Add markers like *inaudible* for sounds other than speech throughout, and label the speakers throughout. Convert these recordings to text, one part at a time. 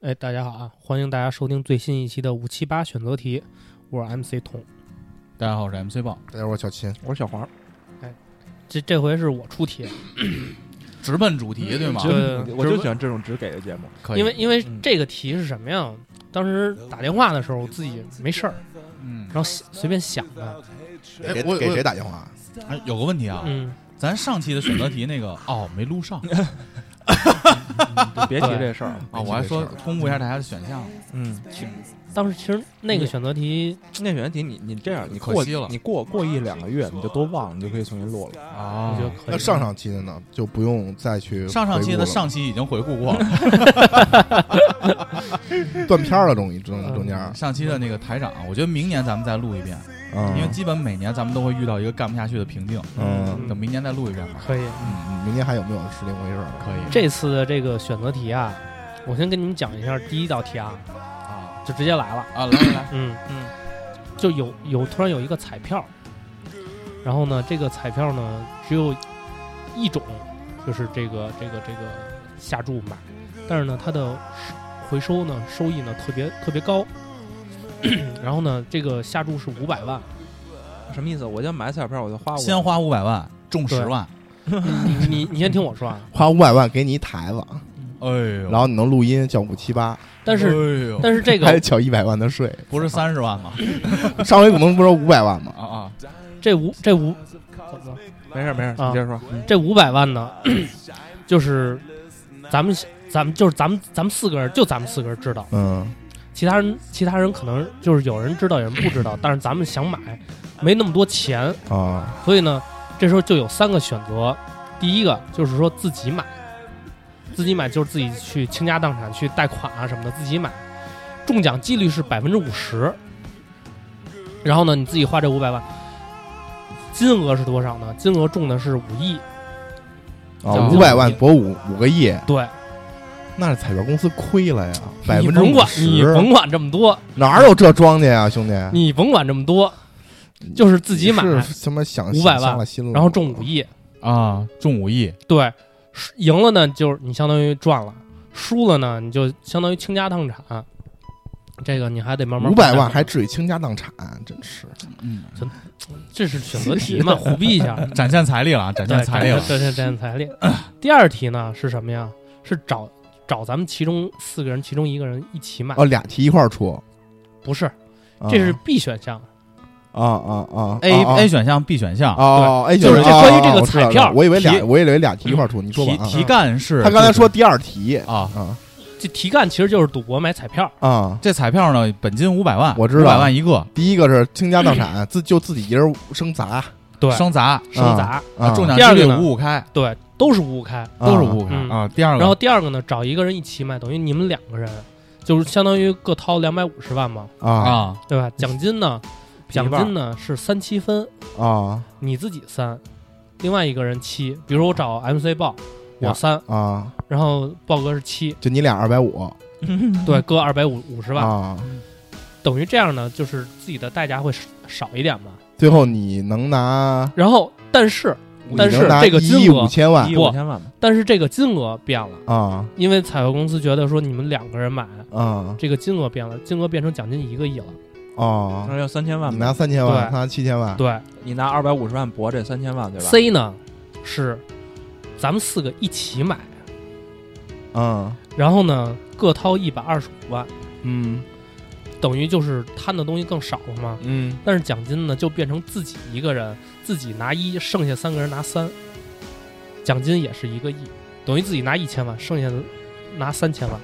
Speaker 1: 哎，大家好啊！欢迎大家收听最新一期的五七八选择题，我是 MC 童。
Speaker 2: 大家好，我是 MC 棒，
Speaker 3: 大家好，我是小秦，
Speaker 4: 我是小黄，
Speaker 1: 这这回是我出题，
Speaker 2: 直奔主题对吗？
Speaker 1: 对对对
Speaker 4: 我就喜欢这种只给的节目。
Speaker 2: 可
Speaker 1: 嗯
Speaker 2: 以，
Speaker 1: 因为因为
Speaker 4: 嗯
Speaker 1: 这个题是什么呀？当时打电话的时候自己没事儿，
Speaker 2: 嗯
Speaker 1: 然，后想随便想的，
Speaker 3: 给
Speaker 2: 哎
Speaker 3: 谁
Speaker 2: 我
Speaker 3: 给
Speaker 2: 我
Speaker 3: 谁打电话？
Speaker 2: 哎有个问题啊，
Speaker 1: 嗯，
Speaker 2: 咱上期的选择题那个哦 *laughs* 没录上啊，
Speaker 4: 就别提这事儿了。
Speaker 2: 哦我还说
Speaker 3: 没事儿
Speaker 2: 公布一下大家的选项，
Speaker 4: 嗯，
Speaker 1: 当时其实那个选择题，
Speaker 4: 那选题你你这样，你
Speaker 2: 可
Speaker 4: 过
Speaker 2: 惜了
Speaker 4: 你过过一两个月你就都忘了，你就可以重新录了。
Speaker 1: 我
Speaker 2: 啊
Speaker 4: 嗯
Speaker 1: 觉得可以。
Speaker 3: 那上上期的呢，就不用再去
Speaker 2: 上上期
Speaker 3: 回顾
Speaker 2: 的
Speaker 3: 了
Speaker 2: 上期已经回顾过了，
Speaker 3: 断片儿了，终于中
Speaker 1: 嗯
Speaker 3: 中间儿，
Speaker 2: 上期的那个台长，我觉得明年咱们再录一遍，
Speaker 3: 嗯，
Speaker 2: 因为基本每年咱们都会遇到一个干不下去的瓶颈，
Speaker 3: 嗯，
Speaker 2: 等明年再录一遍吧。
Speaker 1: 可以，
Speaker 3: 嗯明年还有没有是另回事儿？
Speaker 2: 可以，
Speaker 1: 这次的这个选择题啊，我先跟你们讲一下第一道题啊，
Speaker 2: 啊
Speaker 1: 就直接来了。
Speaker 2: 啊来来来，
Speaker 1: 嗯，嗯，就有有突然有一个彩票，然后呢，这个彩票呢只有一种，就是这个这个这个下注买，但是呢，它的回收呢收益呢特别特别高，然后呢，这个下注是五百万，
Speaker 4: 什么意思？我先买彩票，我就花我
Speaker 2: 先花五百万中十万，
Speaker 1: 你你你先听我说啊，
Speaker 3: 花五百万给你一台子，
Speaker 2: 哎呦，
Speaker 3: 然后你能录音叫五七八，
Speaker 1: 但
Speaker 2: *laughs*
Speaker 1: 是
Speaker 2: 哎呦，
Speaker 1: 但是这
Speaker 3: 还得
Speaker 1: 个
Speaker 3: 缴一百万的税。
Speaker 2: 不是三十万吗？
Speaker 3: 上回我们不是说五百万吗？
Speaker 2: 啊啊，
Speaker 1: 这五这五怎么了
Speaker 4: 没事没事，
Speaker 1: 啊 *laughs*
Speaker 4: 你接着说。嗯
Speaker 1: 这五百万呢， *coughs* 就是咱们咱们就是咱们咱们四个人就咱们四个人知道。
Speaker 3: 嗯，
Speaker 1: 其他人其他人可能就是有人知道，有人不知道，但是咱们想买，没那么多钱，
Speaker 3: 啊，
Speaker 1: 所以呢，这时候就有三个选择，第一个就是说自己买，自己买就是自己去倾家荡产去贷款啊什么的自己买，中奖几率是百分之五十，然后呢你自己花这五百万，金额是多少呢？金额中的是五亿，
Speaker 3: 啊，
Speaker 2: 咱们
Speaker 3: 五百万博五五个亿，
Speaker 1: 对
Speaker 3: 那彩票公司亏了呀，百
Speaker 1: 你
Speaker 3: 分之
Speaker 1: 甭
Speaker 3: 五
Speaker 1: 管你
Speaker 3: 十，啊
Speaker 1: 甭管这么多，
Speaker 3: 哪有这庄家呀，兄弟？
Speaker 1: 你甭管这么多，就是自己买，
Speaker 3: 是他妈想
Speaker 1: 500万
Speaker 3: 想了心了，
Speaker 1: 然后中五亿。
Speaker 2: 啊，中五亿，
Speaker 1: 对，输赢了呢，就是你相当于赚了；输了呢，你就相当于倾家荡产。这个你还得慢慢
Speaker 3: 五百万
Speaker 1: 还
Speaker 3: 还至于倾家荡产，真是。
Speaker 2: 嗯，
Speaker 1: 这 *laughs* 是选择题嘛？胡逼一下，
Speaker 2: 展现财力了，啊，展现
Speaker 1: 对，
Speaker 2: 财力了，
Speaker 1: 对对，展现财力。嗯第二题呢是什么呀？是找找咱们其中四个人，其中一个人一起买，
Speaker 3: 哦，俩题一块儿出，
Speaker 1: 不是，
Speaker 3: 啊
Speaker 1: 啊这是 B 选项。
Speaker 3: 啊啊啊
Speaker 2: A
Speaker 3: 啊
Speaker 2: A 选项 B 选项，
Speaker 3: 哦，A
Speaker 1: 就是
Speaker 3: 选项
Speaker 1: 关于这个
Speaker 3: 哦我知道
Speaker 1: 彩票
Speaker 3: 了我以为
Speaker 1: 题
Speaker 3: 俩，我以为俩题一块儿出，你说吧
Speaker 2: 题
Speaker 3: 啊。
Speaker 2: 题干是
Speaker 3: 他刚才说第二题
Speaker 2: 啊，
Speaker 3: 啊
Speaker 1: 这题干其实就是赌博买彩票，
Speaker 3: 啊，
Speaker 2: 这彩票呢，本金五百万，
Speaker 3: 我知道
Speaker 2: 五百万一个，
Speaker 3: 第一个是倾家
Speaker 1: *clears throat*
Speaker 3: 荡产，自就自己一人生砸
Speaker 1: 对，
Speaker 2: 双砸，
Speaker 1: 生砸，
Speaker 3: 啊，
Speaker 2: 中奖
Speaker 1: 第二
Speaker 2: 几
Speaker 1: 个
Speaker 2: 率
Speaker 1: 呢
Speaker 2: 五五开，
Speaker 1: 对，都是五五开。
Speaker 3: 啊
Speaker 2: 都是五五开
Speaker 1: 嗯
Speaker 2: 啊。第二个，
Speaker 1: 然后第二个呢，找一个人一起买，等于你们两个人，就是相当于各掏两百五十万嘛。
Speaker 3: 啊
Speaker 2: 啊，
Speaker 1: 对吧？奖金呢，
Speaker 4: 比一
Speaker 1: 奖
Speaker 4: 半
Speaker 1: 金呢是三七分，
Speaker 3: 啊
Speaker 1: 你自己三，另外一个人七。比如我找 MC 豹，我
Speaker 3: 呀
Speaker 1: 三，
Speaker 3: 啊，
Speaker 1: 然后豹哥是七，
Speaker 3: 就你俩二百五
Speaker 1: 对，各二百五五十万，
Speaker 3: 嗯啊，
Speaker 1: 等于这样呢，就是自己的代价会少少一点嘛。
Speaker 3: 最后你能拿，
Speaker 1: 然后，但是但
Speaker 3: 你
Speaker 1: 是
Speaker 3: 能拿
Speaker 1: 这个
Speaker 3: 一亿
Speaker 1: 金
Speaker 3: 五
Speaker 1: 额，
Speaker 3: 千万
Speaker 4: 一亿
Speaker 1: 不
Speaker 4: 五千万吧，
Speaker 1: 但是这个金额变了，
Speaker 3: 啊
Speaker 1: 因为彩票公司觉得说你们两个人买，
Speaker 3: 啊
Speaker 1: 这个金额变了，金额变成奖金一个亿了。
Speaker 3: 啊
Speaker 4: 那，要三千万
Speaker 3: 你
Speaker 4: 吧。
Speaker 3: 拿三千万，
Speaker 1: 对
Speaker 3: 他拿七千万，
Speaker 1: 对
Speaker 4: 你拿二百五十万博这三千万，对吧？
Speaker 1: ，C 呢是咱们四个一起买，
Speaker 3: 嗯
Speaker 1: 然后呢各掏一百二十五万。
Speaker 3: 嗯
Speaker 1: 等于就是摊的东西更少了嘛。
Speaker 4: 嗯，
Speaker 1: 但是奖金呢，就变成自己一个人自己拿一，剩下三个人拿三，奖金也是一个亿，等于自己拿一千万，剩下的拿三千万，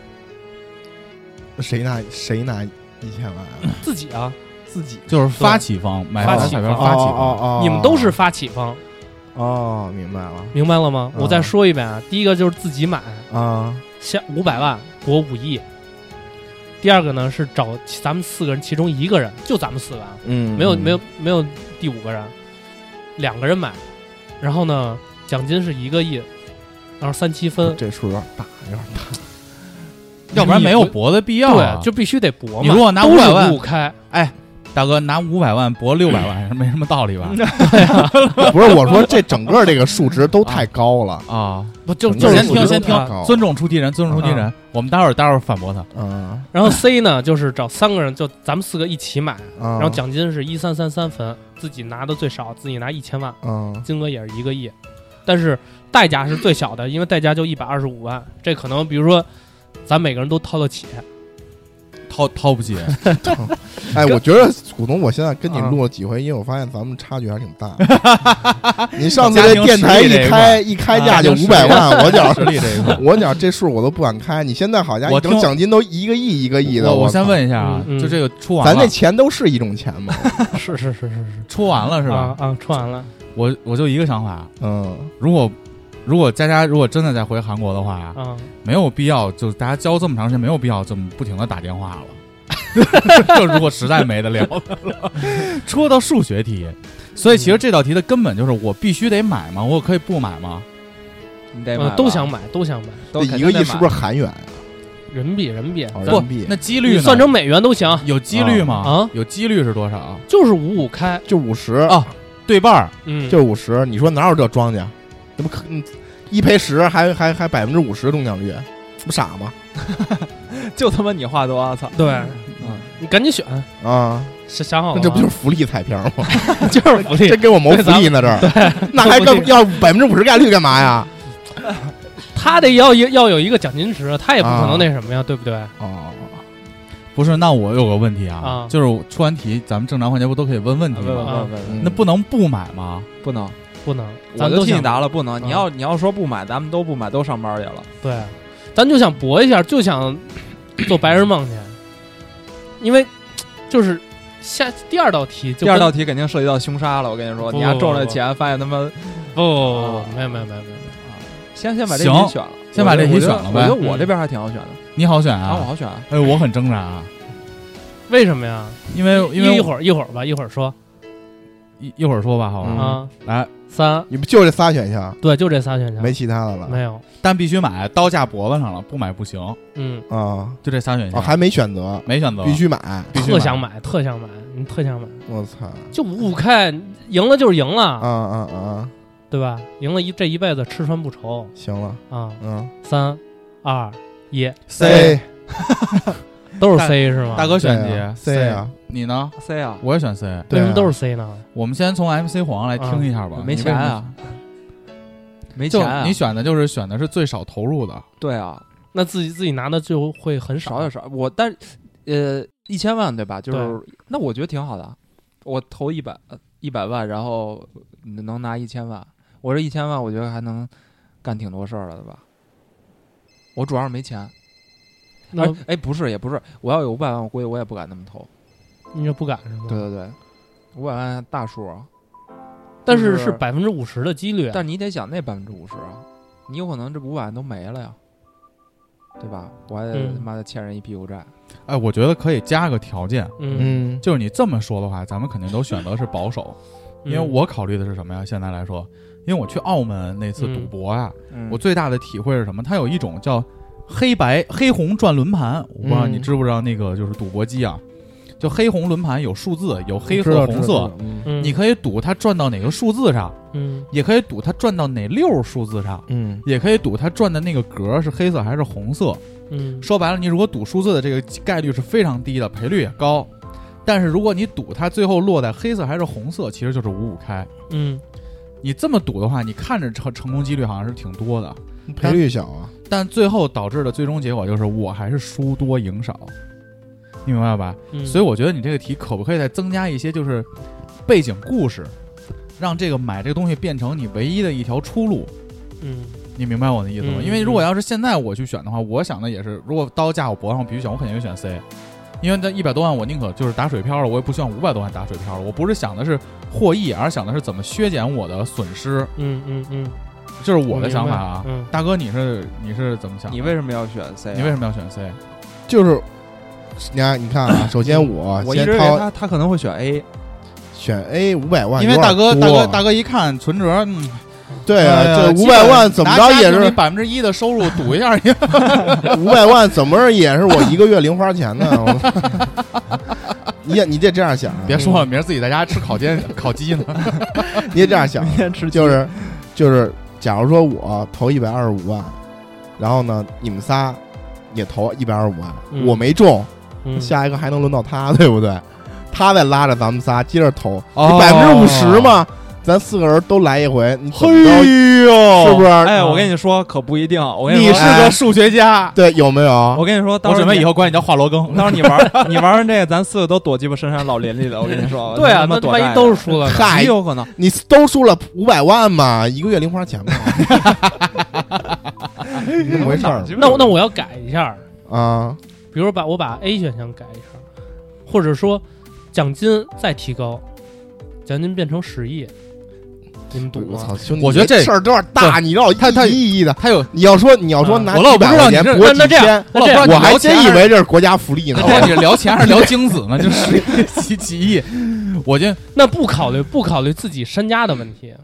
Speaker 3: 谁拿谁拿一千万啊？
Speaker 1: 自己啊，
Speaker 3: 自己
Speaker 2: 就是发起方买
Speaker 1: *laughs* 发
Speaker 2: 到
Speaker 1: 起
Speaker 2: 彩票
Speaker 1: 方
Speaker 2: 发起
Speaker 3: 哦
Speaker 2: 方，
Speaker 3: 哦，哦
Speaker 1: 你们都是发起方，
Speaker 3: 哦，明白了
Speaker 1: 明白了吗？
Speaker 3: 嗯
Speaker 1: 我再说一遍啊，第一个就是自己买，
Speaker 3: 啊
Speaker 1: 下五百万，国五亿。第二个呢是找其咱们四个人其中一个人，就咱们四个啊，
Speaker 4: 嗯
Speaker 1: 没有没有没有第五个人，两个人买，然后呢奖金是一个亿，然后三七分，
Speaker 3: 这数有点大， *laughs* 有点大。
Speaker 2: 要不然没有搏的必要啊
Speaker 1: 对，。就必须得搏嘛。
Speaker 2: 你如果拿
Speaker 1: 都是
Speaker 2: 500万
Speaker 1: 五五开，
Speaker 2: 哎，大哥拿五百万搏六百万，没什么道理吧？
Speaker 3: 不是我说，这整个这个数值都太高了。
Speaker 2: 啊，
Speaker 1: 不就
Speaker 3: 嗯
Speaker 1: 就是我
Speaker 2: 先
Speaker 1: 觉
Speaker 2: 听
Speaker 1: 得
Speaker 2: 先听
Speaker 1: 啊，
Speaker 2: 尊重出题人，尊重出题
Speaker 3: 啊
Speaker 2: 人。我们待会儿待会儿反驳他。
Speaker 3: 嗯，
Speaker 1: 然后 C 呢，就是找三个人，就咱们四个一起
Speaker 2: 啊
Speaker 1: 买，
Speaker 3: 然
Speaker 1: 然后，奖金是一三三三分，自己拿的最少，自己拿一千万，
Speaker 3: 嗯，
Speaker 1: 金额也是一个亿，但是代价是最小的，因为代价就一百二十五万，这可能比如说咱每个人都掏得
Speaker 2: *laughs*
Speaker 1: 起，
Speaker 2: 掏掏不起，
Speaker 3: 哎，我觉得古东，我现在跟你
Speaker 1: 啊
Speaker 3: 录了几回音，我发现咱们差距还挺
Speaker 2: *laughs*
Speaker 3: 大。你上次
Speaker 2: 家
Speaker 3: 这
Speaker 2: 庭
Speaker 3: 电
Speaker 2: 实
Speaker 3: 台
Speaker 2: 力
Speaker 3: 一
Speaker 2: 这一
Speaker 3: 开一开
Speaker 2: 啊
Speaker 3: 价就
Speaker 2: 家庭
Speaker 3: 五百
Speaker 2: 实力
Speaker 3: 万，我讲
Speaker 2: 实力 *laughs* 这一块。
Speaker 3: *laughs* 我讲这数我都不敢开。你现在好家伙，
Speaker 2: 我
Speaker 3: 一整
Speaker 2: 听
Speaker 3: 奖金都一个亿一个亿的。
Speaker 2: 我
Speaker 3: 我
Speaker 2: 我先
Speaker 3: 靠，
Speaker 2: 问一下啊，
Speaker 1: 嗯嗯
Speaker 2: 就这个出完
Speaker 3: 咱
Speaker 2: 了
Speaker 3: 这，钱都是一种钱吗？
Speaker 1: 是是是是是，
Speaker 2: 出完了是吧
Speaker 1: 啊？啊，说完了
Speaker 2: 我我就一个想法，
Speaker 3: 嗯，
Speaker 2: 如果如果佳佳如果真的再回韩国的话，
Speaker 1: 啊，
Speaker 2: 没有必要，就大家交这么长时间，没有必要这么不停的打电话了。 *laughs* 就如果实在没得聊的了，说到数学题，所以其实这道题的根本就是我必须得买吗？我可以不买吗？
Speaker 4: 你得买
Speaker 1: 呃
Speaker 4: 吧
Speaker 1: 都想，买都想买，
Speaker 4: 都
Speaker 3: 这
Speaker 4: 肯
Speaker 3: 一个
Speaker 4: 定
Speaker 3: 亿
Speaker 4: 得
Speaker 3: 是不是
Speaker 4: 买
Speaker 3: 韩元？
Speaker 1: 人民币人民币，
Speaker 3: 哦
Speaker 1: 咱
Speaker 3: 人民币
Speaker 2: 那几率
Speaker 1: 你
Speaker 2: 呢？
Speaker 1: 算成美元都行，
Speaker 2: 有几率吗？
Speaker 1: 啊
Speaker 2: 有几率是多少？
Speaker 1: 就是五五开，
Speaker 3: 就五十
Speaker 2: 啊对半儿，
Speaker 1: 嗯，
Speaker 3: 就五十，你说哪有这庄家？这不可嗯一赔十，还还还百分之五十中奖率，这不傻吗？
Speaker 4: 就他妈你话多，我操！
Speaker 1: 对你赶紧选，
Speaker 3: 啊，
Speaker 1: 想想好
Speaker 3: 那
Speaker 1: 了，
Speaker 3: 这不就是福利彩票吗？
Speaker 1: *laughs* 就是福利
Speaker 3: 这？给我谋福利呢，这儿，那还
Speaker 1: 这不
Speaker 3: 干要百分之五十概率干嘛呀？
Speaker 1: 他得要一要有一个奖金池，他也不可
Speaker 3: 啊
Speaker 1: 能那什么呀，对不对？
Speaker 3: 哦，
Speaker 2: 不是？那我有个问题啊，
Speaker 1: 啊
Speaker 2: 就是出完题，咱们正常环节不都可以
Speaker 1: 嗯
Speaker 2: 问问题
Speaker 5: 啊
Speaker 4: 问
Speaker 2: 吗？
Speaker 4: 问问问，
Speaker 2: 那不能不买吗？
Speaker 4: 不能，
Speaker 1: 不能，
Speaker 4: 我
Speaker 1: 咱
Speaker 4: 就
Speaker 1: 都
Speaker 4: 替
Speaker 1: 想
Speaker 4: 你答了，不能。
Speaker 1: 嗯
Speaker 4: 你要你要说不买，咱们都不买，都上班去了。
Speaker 1: 对，咱就想搏一下，就想 *coughs* 做白日梦去，因为就是下第二道题就跟，
Speaker 4: 第二道题肯定涉及到凶杀了，我跟你说，
Speaker 1: 不
Speaker 4: 你还中了
Speaker 1: 不不
Speaker 4: 钱，发现他妈
Speaker 1: 不不哦不不，没有没有没有没有，
Speaker 4: 先先把这
Speaker 2: 行
Speaker 4: 题选了，
Speaker 2: 先把这题
Speaker 4: 我觉得
Speaker 2: 选了
Speaker 4: 我觉得
Speaker 1: 呗
Speaker 4: 我这边还挺好选的，
Speaker 2: 你好选
Speaker 4: 啊，我
Speaker 2: 啊！
Speaker 4: 好选啊。
Speaker 2: 哎，我很挣扎啊，
Speaker 1: 为什么呀？
Speaker 2: 因为因为
Speaker 1: 一一会儿一会儿吧，一会儿说
Speaker 2: 一一会儿说吧，好吧？
Speaker 3: 嗯
Speaker 1: 啊，
Speaker 2: 来，
Speaker 1: 三
Speaker 3: 你不就这仨选项，
Speaker 1: 对，就这仨选项，
Speaker 3: 没其他的了
Speaker 1: 没有，
Speaker 2: 但必须买，刀架脖子上了，不买不行。
Speaker 1: 嗯，
Speaker 3: 啊？
Speaker 2: 就这仨选
Speaker 3: 哦，
Speaker 2: 项，
Speaker 3: 还没选择，
Speaker 2: 没选择，
Speaker 3: 必须买。
Speaker 2: 必须
Speaker 1: 特想买，特想买，你特想买，
Speaker 3: 我操！
Speaker 1: 就五五开，赢了就是赢
Speaker 3: 啊
Speaker 1: 了，
Speaker 3: 啊啊！
Speaker 1: 对吧？赢了一这一辈子吃穿不愁
Speaker 3: 行了，
Speaker 1: 啊！
Speaker 3: 嗯
Speaker 1: 三二一，
Speaker 2: C，
Speaker 1: 都是
Speaker 2: 大
Speaker 1: C 是吗？
Speaker 2: 大哥选
Speaker 3: 对
Speaker 2: 题
Speaker 3: 啊 C 啊，
Speaker 2: 你呢？
Speaker 4: C 啊，
Speaker 2: 我也选 C。
Speaker 1: 为
Speaker 3: 对
Speaker 1: 什
Speaker 3: 啊
Speaker 1: 么都是 C 呢？
Speaker 2: 我们先从 MC 黄来听一下
Speaker 5: 嗯
Speaker 2: 吧。
Speaker 4: 没
Speaker 2: 你为
Speaker 4: 钱
Speaker 2: 什么
Speaker 4: 啊，没
Speaker 2: 就
Speaker 4: 钱啊
Speaker 2: 你，选的就是选的是最少投入的，
Speaker 4: 对啊，
Speaker 1: 那自己自己拿的就会很少，
Speaker 4: 少点少。我但呃，一千万对吧？就是那我觉得挺好的啊，我投一百一百万，然后能拿一千万。我这一千万，我觉得还能干挺多事儿了的吧？我主要是没钱。
Speaker 1: 那
Speaker 4: 哎哎，不是也不是，我要有五百万，我估计我也不敢那么投。
Speaker 1: 你就不敢是吗？
Speaker 4: 对对对，五百万大数啊，
Speaker 1: 但
Speaker 4: 就是
Speaker 1: 是百分之五十的几率啊，
Speaker 4: 但你得想那百分之五十啊，你有可能这五百万都没了呀，对吧？我还得
Speaker 1: 嗯
Speaker 4: 他妈的欠人一屁股债。
Speaker 2: 哎，我觉得可以加个条件，
Speaker 1: 嗯，
Speaker 3: 嗯，
Speaker 2: 就是你这么说的话，咱们肯定都选择是保守，
Speaker 1: 嗯
Speaker 2: 因为我考虑的是什么呀？现在来说，因为我去澳门那次赌博啊，
Speaker 4: 嗯
Speaker 2: 我最大的体会是什么？它有一种叫黑白黑红转轮盘，我不知道
Speaker 3: 嗯
Speaker 2: 你知不知道那个就是赌博机啊，就黑红轮盘有数字，有黑
Speaker 3: 知
Speaker 2: 和
Speaker 3: 道
Speaker 2: 红，
Speaker 3: 知
Speaker 2: 色，
Speaker 3: 道知道嗯
Speaker 1: 嗯
Speaker 2: 你可以赌它转到哪个数字上，
Speaker 1: 嗯
Speaker 2: 也可以赌它转到哪六数字上。
Speaker 3: 嗯
Speaker 2: 也可以赌它转的那个格是黑色还是红色。
Speaker 1: 嗯
Speaker 2: 说白了，你如果赌数字的这个概率是非常低的，赔率也高。但是如果你赌它最后落在黑色还是红色，其实就是五五开。
Speaker 1: 嗯
Speaker 2: 你这么赌的话，你看着成成功几率好像是挺多的，
Speaker 3: 赔率小啊，
Speaker 2: 但最后导致的最终结果就是我还是输多赢少，你明白吧？
Speaker 1: 嗯，
Speaker 2: 所
Speaker 1: 以
Speaker 2: 以我觉得你这个题可不可以再增加一些就是背景故事，让这个买这个东西变成你唯一的一条出路。
Speaker 1: 嗯
Speaker 2: 你明白我的意思吗？
Speaker 1: 嗯
Speaker 2: 因为如果要是现在我去选的话，我想的也是，如果刀架我脖子上，我必须选，我肯定会选 C，因为那一百多万我宁可就是打水漂了，我也不希望五百多万打水漂了。我不是想的是获益，而想的是怎么削减我的损失。
Speaker 1: 嗯嗯嗯，嗯
Speaker 2: 这是我的想法啊
Speaker 1: 我。明白
Speaker 2: 大哥，你是你是怎么想的？
Speaker 4: 你为什么要选 C？啊
Speaker 2: 你为什么要选 C？
Speaker 3: 就是你看，你看啊，首先我
Speaker 4: 我一
Speaker 3: 先
Speaker 4: 直以为
Speaker 3: 掏
Speaker 4: 他他可能会选 A，
Speaker 3: 选 A 五百万，
Speaker 2: 因为大哥
Speaker 3: 有
Speaker 2: 大
Speaker 3: 点
Speaker 2: 哥
Speaker 3: 多啊
Speaker 2: 大哥一看存折，嗯，
Speaker 3: 对
Speaker 2: 哎呀
Speaker 3: 啊，这
Speaker 2: 基
Speaker 3: 五
Speaker 2: 本
Speaker 3: 百万怎么着也
Speaker 2: 拿家庭里
Speaker 3: 是
Speaker 2: 百分之一的收入赌一下，
Speaker 3: *laughs*
Speaker 2: 也
Speaker 3: 五百万，怎么着也是我一个月零花钱呢。我你也你得这样想啊，
Speaker 2: 别说了，明儿自己在家吃烤
Speaker 3: *laughs*
Speaker 2: 煎烤鸡呢。
Speaker 3: 你也这样
Speaker 2: *laughs*
Speaker 3: 想啊，
Speaker 4: *laughs* 先吃鸡
Speaker 3: 就是就是，假如说我投一百二十五万，然后呢，你们仨也投一百二十五万，
Speaker 1: 嗯
Speaker 3: 我没中，
Speaker 1: 嗯，
Speaker 3: 下一个还能轮到他，对不对？他再拉着咱们仨接着投，
Speaker 2: 哦
Speaker 3: 百分之五十嘛，咱四个人都来一回，你怎么着
Speaker 2: 呦
Speaker 3: 是不是？
Speaker 4: 哎，我跟你说，可不一定。我跟
Speaker 2: 你
Speaker 4: 说，哎
Speaker 2: 是个数学家，
Speaker 3: 对，有没
Speaker 4: 我
Speaker 3: 有？
Speaker 4: 跟你说，到
Speaker 2: 我
Speaker 4: 时候
Speaker 2: 准备
Speaker 4: 你 *laughs*
Speaker 2: 以后管你叫华罗庚。
Speaker 4: 到时候你 *laughs* 玩你玩完这个，咱四个都躲鸡巴深山老林里了。我跟你 *laughs* 说，
Speaker 1: 对啊，
Speaker 4: 那
Speaker 1: 那
Speaker 4: 躲
Speaker 1: 万
Speaker 4: 债
Speaker 1: 一都是输了呢，
Speaker 3: 嗨
Speaker 4: 极有可能。
Speaker 3: 你都输了五百万嘛，一个月零花钱嘛，你怎么回事儿
Speaker 1: 那我那我要改一下，
Speaker 3: 啊？
Speaker 1: 比如把我把 A 选项改一下，或者说奖金再提高，奖金变成十亿，你们赌
Speaker 3: 我
Speaker 1: 吗？
Speaker 3: 操，兄弟，
Speaker 2: 我觉得这
Speaker 3: 事儿有点大，你让我
Speaker 2: 他他
Speaker 3: 一亿亿的。 *laughs*
Speaker 2: 他有
Speaker 3: 你要说你要说拿
Speaker 2: 我老
Speaker 3: 几
Speaker 2: 不
Speaker 3: 百
Speaker 2: 知道
Speaker 3: 块
Speaker 2: 你
Speaker 3: 钱
Speaker 2: 是
Speaker 3: 博
Speaker 1: 那那
Speaker 3: 几
Speaker 1: 这样
Speaker 3: 千，
Speaker 2: 我老不知道你
Speaker 3: 我还
Speaker 2: 聊钱
Speaker 3: 真以为这是国家福利呢
Speaker 2: *laughs* 还。是，哦你是聊钱还是聊精子呢？就十 *laughs* 几几亿，我就
Speaker 1: 那不考虑不考虑自己身家的问题，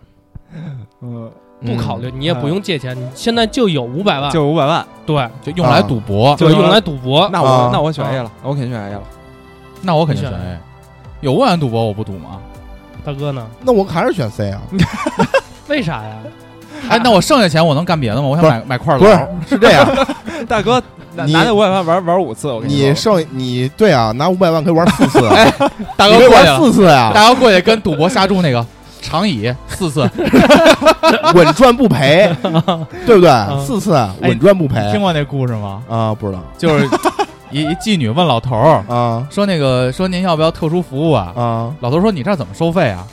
Speaker 4: 嗯，
Speaker 1: 不考虑你也不用借钱，你现在就有五百万，
Speaker 4: 就五百万，
Speaker 1: 对，
Speaker 2: 就用来赌博。
Speaker 1: 就
Speaker 4: 就
Speaker 1: 用来赌博。
Speaker 4: 那我
Speaker 3: 啊
Speaker 4: 那我选 A 了，我肯定选 A 了。
Speaker 2: 那我肯定
Speaker 1: 你
Speaker 2: 选
Speaker 1: 选
Speaker 2: A。有问完赌博我不赌
Speaker 3: *laughs*
Speaker 2: 吗？
Speaker 1: 大哥呢？
Speaker 3: 那我还是选 C 啊，
Speaker 1: 为啥呀？
Speaker 2: 哎，那我剩下钱我能干别的吗？我想
Speaker 3: 不是
Speaker 2: 买买块
Speaker 3: 不是
Speaker 2: 楼。
Speaker 3: 是这样，
Speaker 4: 大哥，拿
Speaker 3: 你
Speaker 4: 拿那五百万玩玩五次，我跟
Speaker 3: 你
Speaker 4: 说。
Speaker 3: 剩你对啊，拿五百万可以玩四次啊，
Speaker 2: 哎大
Speaker 3: 你
Speaker 2: 哥
Speaker 3: 可
Speaker 2: 过
Speaker 3: 以
Speaker 2: 去
Speaker 3: 玩
Speaker 2: 了，
Speaker 3: 四次呀，
Speaker 2: *laughs* 大哥过去跟赌博下注那个长椅四
Speaker 3: *laughs*
Speaker 2: 次，
Speaker 3: 稳赚不赔，对不
Speaker 1: 嗯
Speaker 3: 对？四次稳赚不赔
Speaker 2: 听过那故事吗？
Speaker 3: 啊，不知道
Speaker 2: 就是一 *laughs* 一妓女问老头儿
Speaker 3: 啊
Speaker 2: 说那个说您要不要特殊服务啊？
Speaker 3: 啊
Speaker 2: 老头儿说你这儿怎么收费啊？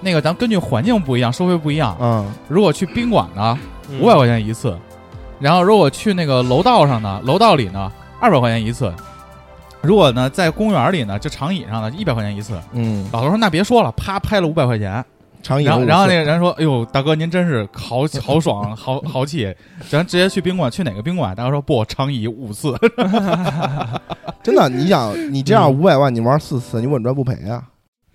Speaker 2: 那个咱根据环境不一样，收费不一样。
Speaker 3: 啊
Speaker 2: 如果去宾馆呢，
Speaker 1: 嗯
Speaker 2: 五百块钱一次，然后如果去那个楼道上呢，楼道里呢，二百块钱一次。如果呢，在公园里呢，就长椅上呢，一百块钱一次。
Speaker 3: 嗯，
Speaker 2: 老头儿说：“那别说了，啪拍了五百块钱。
Speaker 3: 长椅
Speaker 2: 然后，然后那
Speaker 3: 个
Speaker 2: 个人说：‘哎呦，大哥，您真是豪豪爽、豪豪气！’咱直接去宾馆，去哪个宾馆？大哥说：‘不，长椅五次。’
Speaker 3: *laughs* 真的，你想你
Speaker 2: 嗯
Speaker 3: 这样五百万你玩四次，你稳赚不赔啊？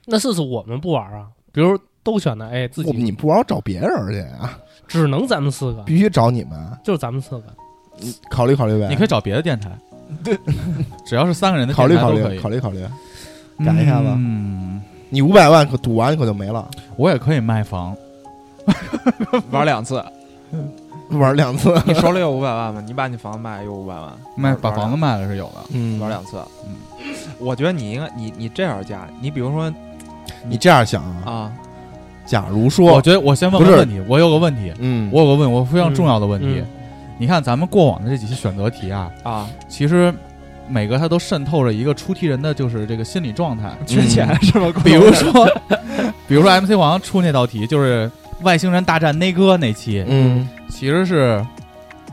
Speaker 1: 那四次我们不玩啊，比如都选的 A，自
Speaker 3: 我
Speaker 1: 己
Speaker 3: 你不玩我找别人去啊，
Speaker 1: 只能咱们四个，
Speaker 3: 必须找你们，
Speaker 1: 就是咱们四个。
Speaker 3: 你考虑考虑呗，
Speaker 2: 你可以找别的电
Speaker 3: *laughs*
Speaker 2: 台，只要是三个人的
Speaker 3: 考虑
Speaker 2: 电台
Speaker 3: 考
Speaker 2: 都
Speaker 3: 虑
Speaker 2: 可以
Speaker 3: 考虑考虑，改一下吧
Speaker 2: 嗯，
Speaker 3: 你五百万可赌完可就没了，
Speaker 2: 我也可以卖房，
Speaker 4: 玩两次，
Speaker 3: 玩两次，
Speaker 4: 你手里有五百万吗？你把你房子卖有五百万，
Speaker 2: 卖
Speaker 4: 玩
Speaker 2: 把房子卖了是有的。
Speaker 3: 嗯
Speaker 4: 玩两次
Speaker 2: 嗯。
Speaker 4: 我觉得你应该，你你这样加，你比如说
Speaker 3: 你这样想啊，
Speaker 4: 啊，
Speaker 3: 假如
Speaker 2: 我
Speaker 3: 说，
Speaker 2: 觉得我先问
Speaker 3: 不
Speaker 2: 个
Speaker 3: 是
Speaker 2: 问题，我有个问题，
Speaker 3: 嗯，
Speaker 2: 我有个问，我非常重要的问题
Speaker 1: 嗯。
Speaker 2: 你看咱们过往的这几期选择题啊，
Speaker 4: 啊，
Speaker 2: 其实每个它都渗透着一个出题人的就是这个心理状态。嗯
Speaker 4: 缺钱是吗？
Speaker 2: 比如说，比如说 MC 王出那道题就是外星人大战那哥那期，
Speaker 3: 嗯
Speaker 2: 其实是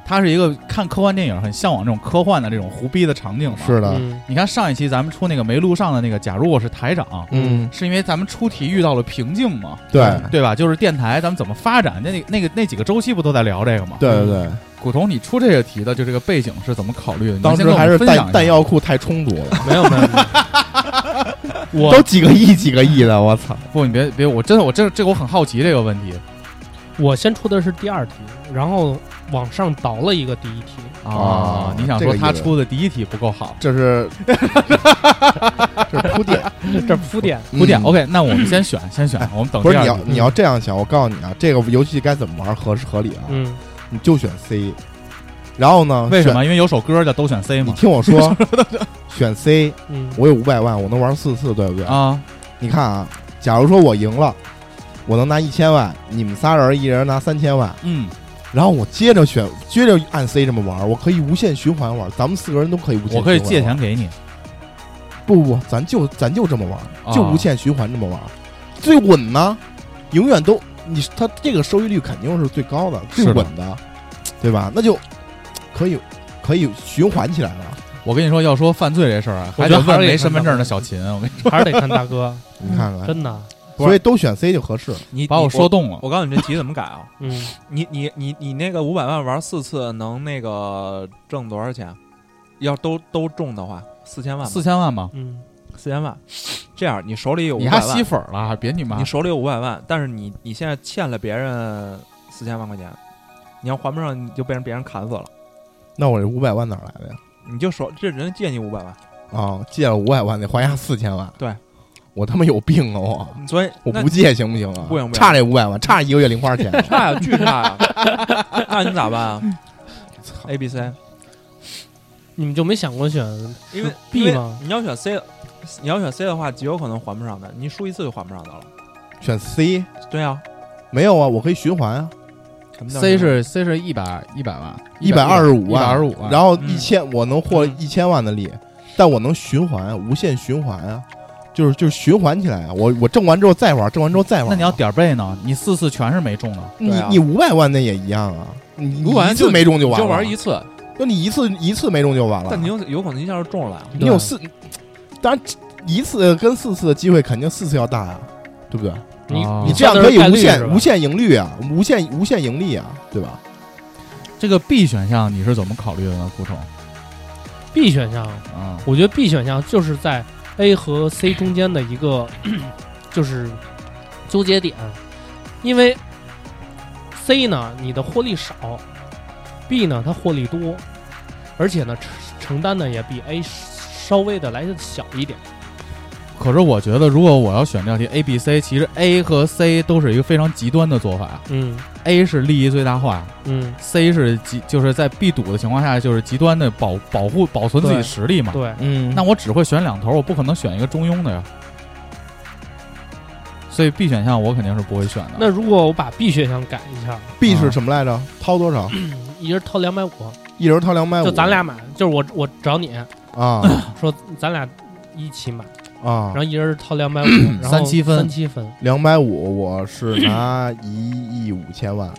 Speaker 2: 他是一个看科幻电影很向往这种科幻的这种胡逼的场景嘛。
Speaker 3: 是的，
Speaker 1: 嗯
Speaker 2: 你看上一期咱们出那个没录上的那个，假如我是台长，
Speaker 3: 嗯，
Speaker 2: 是因为咱们出题遇到了瓶颈嘛，
Speaker 3: 对
Speaker 2: 对吧？就是电台咱们怎么发展，那那那个那几个周期不都在聊这个吗？，
Speaker 3: 对对对，
Speaker 2: 古潼，你出这个题的就这个背景是怎么考虑的？嗯你
Speaker 3: 当
Speaker 2: 先
Speaker 3: 时
Speaker 2: 跟我
Speaker 3: 还
Speaker 2: 们
Speaker 3: 是
Speaker 2: 分享
Speaker 3: 弹
Speaker 2: 一下
Speaker 3: 弹药库太充足了，
Speaker 1: 没有没有， *laughs* 没有我
Speaker 3: 都几个亿几个亿的，我操，
Speaker 2: 不？你别别，我真的我这这个我很好奇这个问题
Speaker 1: 我先出的是第二题，然后往上倒了一个第一题，
Speaker 3: 啊
Speaker 2: 你想
Speaker 3: 这
Speaker 2: 说
Speaker 3: 个
Speaker 2: 他
Speaker 3: 意思
Speaker 2: 出的第一题不够好？*laughs*
Speaker 3: 这是这是铺垫，
Speaker 1: 这铺垫。啊
Speaker 2: 不点
Speaker 3: 嗯
Speaker 2: OK，那我们先选，先选，我们等
Speaker 3: 不
Speaker 2: 第
Speaker 3: 是
Speaker 2: 二
Speaker 3: 你
Speaker 2: 题
Speaker 3: 要你要这样想，我告诉你啊，这个游戏该怎么玩合适合理啊，
Speaker 1: 嗯，
Speaker 3: 你就选 C，然后呢，
Speaker 2: 为什
Speaker 3: 选？
Speaker 2: 么？因为有首歌叫《都选 C》
Speaker 3: 你
Speaker 2: 嘛。
Speaker 3: 听
Speaker 2: *laughs*
Speaker 3: 我说，选 C，
Speaker 1: 嗯，
Speaker 3: 我有五百万，我能玩四次，对不对？
Speaker 2: 啊，
Speaker 3: 你看啊，假如说我赢了，我能拿一千万，你们仨人一人拿三千万，
Speaker 2: 嗯，
Speaker 3: 然后我接着选，接着按 C 这么玩，我可以无限循环玩，咱们四个人都可以无限循环玩。
Speaker 2: 我可以借钱给你，
Speaker 3: 不不不，咱就咱就这么玩，
Speaker 2: 啊
Speaker 3: 就无限循环这么玩，最稳呢，永远都你它这个收益率肯定是最高的，最
Speaker 2: 是的
Speaker 3: 稳的，对吧？那就可以可以循环起来了。
Speaker 2: 我跟你说，要说犯罪这事儿啊，
Speaker 1: 我
Speaker 2: 还
Speaker 1: 觉得
Speaker 2: 得
Speaker 1: 还
Speaker 2: 问
Speaker 1: 是得
Speaker 2: 没
Speaker 1: 看大
Speaker 2: 身份证
Speaker 1: 哥
Speaker 2: 的小秦。我跟你
Speaker 3: *laughs*
Speaker 1: 还是得看大哥，
Speaker 3: 你看看，
Speaker 1: 真的。啊
Speaker 5: 不是
Speaker 3: 所以都选 C 就合适。
Speaker 5: 你
Speaker 2: 把我
Speaker 5: 你
Speaker 2: 说动了。
Speaker 5: 我告诉你这题怎么改啊？
Speaker 1: 嗯，
Speaker 5: 你你你你那个五百万玩四次能那个挣多少钱？要都都中的话，四千万吧，
Speaker 2: 四千万吧，
Speaker 1: 嗯，
Speaker 5: 四千万。这样你手里有五
Speaker 2: 你
Speaker 5: 百
Speaker 2: 还吸
Speaker 5: 万，
Speaker 2: 粉儿了？别你妈
Speaker 5: 你！手里有五百万，但是你你现在欠了别人四千万块钱，你要还不上，你就被人别人砍死了。
Speaker 3: 那我这五百万哪儿来的呀？
Speaker 5: 你就手这人借你五百万，
Speaker 3: 啊，借了五百万得还下四千万。
Speaker 5: 对，
Speaker 3: 我他妈有病啊！我
Speaker 5: 所以
Speaker 3: 我
Speaker 5: 那
Speaker 3: 不借行不行啊？
Speaker 5: 不行不行
Speaker 3: 差这五百万，差一个月零花钱。
Speaker 5: 差呀，巨差 *laughs* 呀。那你咋办啊？A、B、C，
Speaker 1: 你们就没想过选
Speaker 5: 因为
Speaker 1: B 吗？
Speaker 5: 你要选 C，你要选 C 的话，极有可能还不上的。你输一次就还不上的了。
Speaker 3: 选 C
Speaker 5: 对啊
Speaker 3: 没有啊？我可以循环啊，
Speaker 5: 什么叫
Speaker 2: C 是 C 是一百一百万，
Speaker 3: 一百二十五
Speaker 2: 一百
Speaker 3: 万，
Speaker 2: 二十五啊万，
Speaker 3: 然后
Speaker 5: 嗯
Speaker 3: 一千，我能获
Speaker 5: 嗯
Speaker 3: 一千万的利，但我能循环啊，无限循环啊，就是就是循环起来啊。我我挣完之后再玩，挣完之后再玩。
Speaker 2: 那你要点儿背呢？你四次全是没中的，
Speaker 3: 你
Speaker 5: 对啊
Speaker 3: 你五百万那也一样啊，你
Speaker 4: 500万
Speaker 3: 一次
Speaker 4: 就
Speaker 3: 没中就
Speaker 4: 你
Speaker 3: 完
Speaker 4: 就
Speaker 3: 了，
Speaker 4: 玩一次，
Speaker 3: 就你一次一次没中就完了。
Speaker 5: 但你有有可能一下就中了呀。
Speaker 3: 你有四，当然一次跟四次的机会肯定四次要大呀，对不对？
Speaker 1: 你
Speaker 2: 哦
Speaker 3: 你
Speaker 1: 你
Speaker 3: 这样可以无限无
Speaker 1: 限
Speaker 3: 限盈利啊，无限无限盈利啊，对吧？
Speaker 2: 这个 B 选项你是怎么考虑的呢？顾总，
Speaker 1: B 选项，
Speaker 2: 嗯，
Speaker 1: 我觉得 B 选项就是在 A 和 C 中间的一个就是纠结点，因为 C 呢你的获利少，B 呢它获利多，而且呢承承担的也比 A 稍微的来的小一点。
Speaker 2: 可是我觉得如果我要选这道题 A、B、C，其实 A 和 C 都是一个非常极端的做法。
Speaker 1: 嗯
Speaker 2: A 是利益最大化
Speaker 1: 嗯，
Speaker 2: ，C 是极就是在必赌的情况下，就是极端的保保护保存自己
Speaker 1: 对
Speaker 2: 实力嘛。
Speaker 1: 对，
Speaker 3: 嗯
Speaker 2: 那我只会选两头，我不可能选一个中庸的呀。所以 B 选项我肯定是不会选的。
Speaker 1: 那如果我把 B 选项改一下，
Speaker 3: B 是什么来着？掏多少？
Speaker 1: 一人掏两百五，
Speaker 3: 一人掏两百五，
Speaker 1: 就咱俩买，就是我我找你
Speaker 3: 啊
Speaker 1: 说咱俩一起买，
Speaker 3: 啊
Speaker 1: 然，后一人掏两百五，然后
Speaker 2: 三七分
Speaker 1: 三七分，
Speaker 3: 两百五，
Speaker 2: *clears throat*
Speaker 3: 我是拿一亿五千万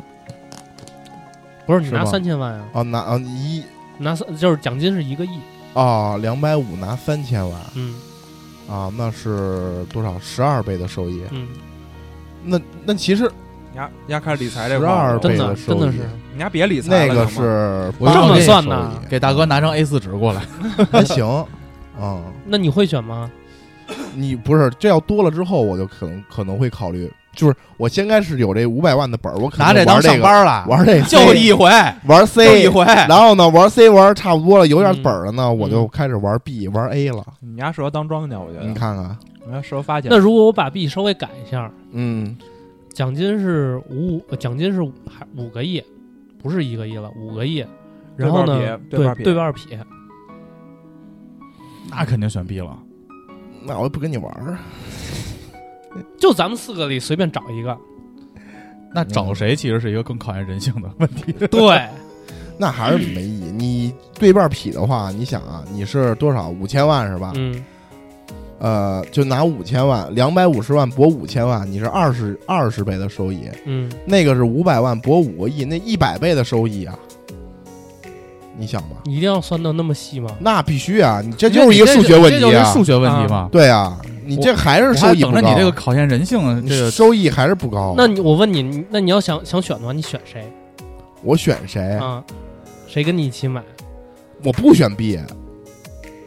Speaker 1: 不是你
Speaker 3: 是吧
Speaker 1: 拿三千万呀、
Speaker 3: 哦，拿啊一
Speaker 1: 拿三就是奖金是一个亿，
Speaker 3: 啊两百五拿三千万
Speaker 1: 嗯
Speaker 3: 啊，那是多少？十二倍的收益。
Speaker 1: 嗯，
Speaker 3: 那那其实
Speaker 5: 丫丫开始理财这
Speaker 3: 12
Speaker 5: 块儿了，
Speaker 3: 倍
Speaker 1: 真
Speaker 3: 的
Speaker 1: 的
Speaker 3: 收益
Speaker 1: 真的是，
Speaker 5: 你丫别理财
Speaker 3: 那个
Speaker 5: 了行吗
Speaker 3: 是
Speaker 2: 我这
Speaker 3: 八
Speaker 2: 么
Speaker 3: 倍
Speaker 1: 算
Speaker 3: 收
Speaker 1: 呢
Speaker 2: *laughs*
Speaker 3: 益
Speaker 2: 给大哥拿张 A 四纸过来，
Speaker 3: 还行，嗯。
Speaker 1: 那你会选吗？
Speaker 3: 你不是这要多了之后，我就可能可能会考虑，就是我先开始有这五百万的本儿，我可能
Speaker 2: 拿这当
Speaker 3: 玩
Speaker 2: 上
Speaker 3: 这个
Speaker 2: 班了，
Speaker 3: 玩这个
Speaker 2: *laughs* 就一回，就
Speaker 3: 玩
Speaker 2: 一
Speaker 3: C，
Speaker 2: 回。
Speaker 3: 然后呢玩 C 玩差不多了，有
Speaker 2: 嗯
Speaker 3: 点本儿了呢，我就开始玩 B 玩 A 了。
Speaker 5: 你丫适合当庄家，我觉
Speaker 2: 啊
Speaker 5: 得。
Speaker 3: 你，看看，
Speaker 5: 你丫适合发钱。
Speaker 1: 那如果我把 B 稍微改一下，
Speaker 3: 嗯，
Speaker 1: 奖金是五五，呃奖金是五还五个亿，不是一个亿了，五个亿。然后呢？对
Speaker 5: 对半儿撇对
Speaker 1: 半儿撇，
Speaker 2: 那肯定选 B 了。
Speaker 3: 那我就不跟你玩儿。
Speaker 1: 就咱们四个里随便找一个。
Speaker 2: 那
Speaker 3: 嗯
Speaker 2: 找谁其实是一个更考验人性的问题。
Speaker 1: 对，
Speaker 3: 那还是没意义。你对半匹的话，你想啊，你是多少？五千万是吧？
Speaker 1: 嗯，
Speaker 3: 呃，就拿五千万，两百五十万博五千万，你是二十二十倍的收益。
Speaker 1: 嗯，
Speaker 3: 那个是五百万博五个亿，那一百倍的收益啊！你想吧，
Speaker 1: 你一定要算到那么细吗？
Speaker 3: 那必须啊！你这就是一个数学问
Speaker 2: 这就
Speaker 3: 题
Speaker 2: 是
Speaker 3: 啊
Speaker 2: 数！学问题嘛。
Speaker 3: 对啊，你这还是
Speaker 2: 我
Speaker 3: 收
Speaker 2: 还
Speaker 3: 益不
Speaker 2: 等着
Speaker 3: 高。
Speaker 2: 你这个考验人性的
Speaker 3: 你
Speaker 2: 这个
Speaker 3: 收益还是不
Speaker 2: 哦
Speaker 3: 高。
Speaker 1: 那你我问你，你那你要想想选的话，你选谁
Speaker 3: 我选
Speaker 2: 哎
Speaker 3: 谁？
Speaker 1: 啊？谁跟你一起买？
Speaker 3: 我不选 B，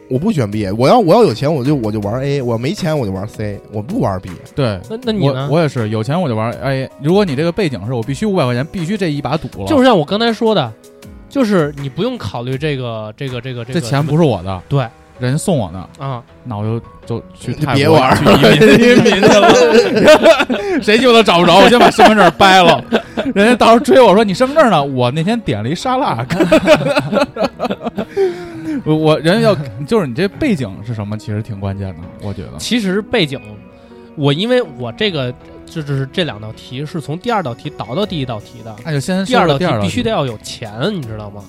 Speaker 3: 我不选 B。我要我要有钱，我就我就玩 A；我没钱，我就玩 C。我不玩 B。
Speaker 2: 对。
Speaker 1: 那那你
Speaker 2: 我
Speaker 1: 呢？
Speaker 2: 我也是，有啊钱我就玩。哎，如果你这个背景是我必须五百块钱，必须这一把赌了，
Speaker 1: 就是像我刚才说的，就是你不用考虑这个这个这个这
Speaker 2: 这
Speaker 1: 个
Speaker 2: 钱不是我的，
Speaker 1: 对
Speaker 2: 人送我的，
Speaker 1: 啊，
Speaker 2: 那我就就去
Speaker 3: 你
Speaker 2: 泰
Speaker 3: 别
Speaker 2: 国
Speaker 3: 玩
Speaker 2: 去
Speaker 3: *laughs*
Speaker 2: 移民移民去了，谁鸡巴都找不着，我先把身份证掰了，
Speaker 3: *laughs*
Speaker 2: 人家到时候追我说你身份证呢？我那天点了一沙
Speaker 3: *laughs*
Speaker 2: 拉，我我人家要就是你这背景是什么，其实挺关键的，我觉得。
Speaker 1: 其实背景，我因为我这个这就是这两道题是从第二道题导到第一道题的，
Speaker 2: 那就先
Speaker 1: 第
Speaker 2: 说
Speaker 1: 二
Speaker 2: 哎说
Speaker 1: 道
Speaker 2: 第二道
Speaker 1: 必须得要有钱，你知道吗？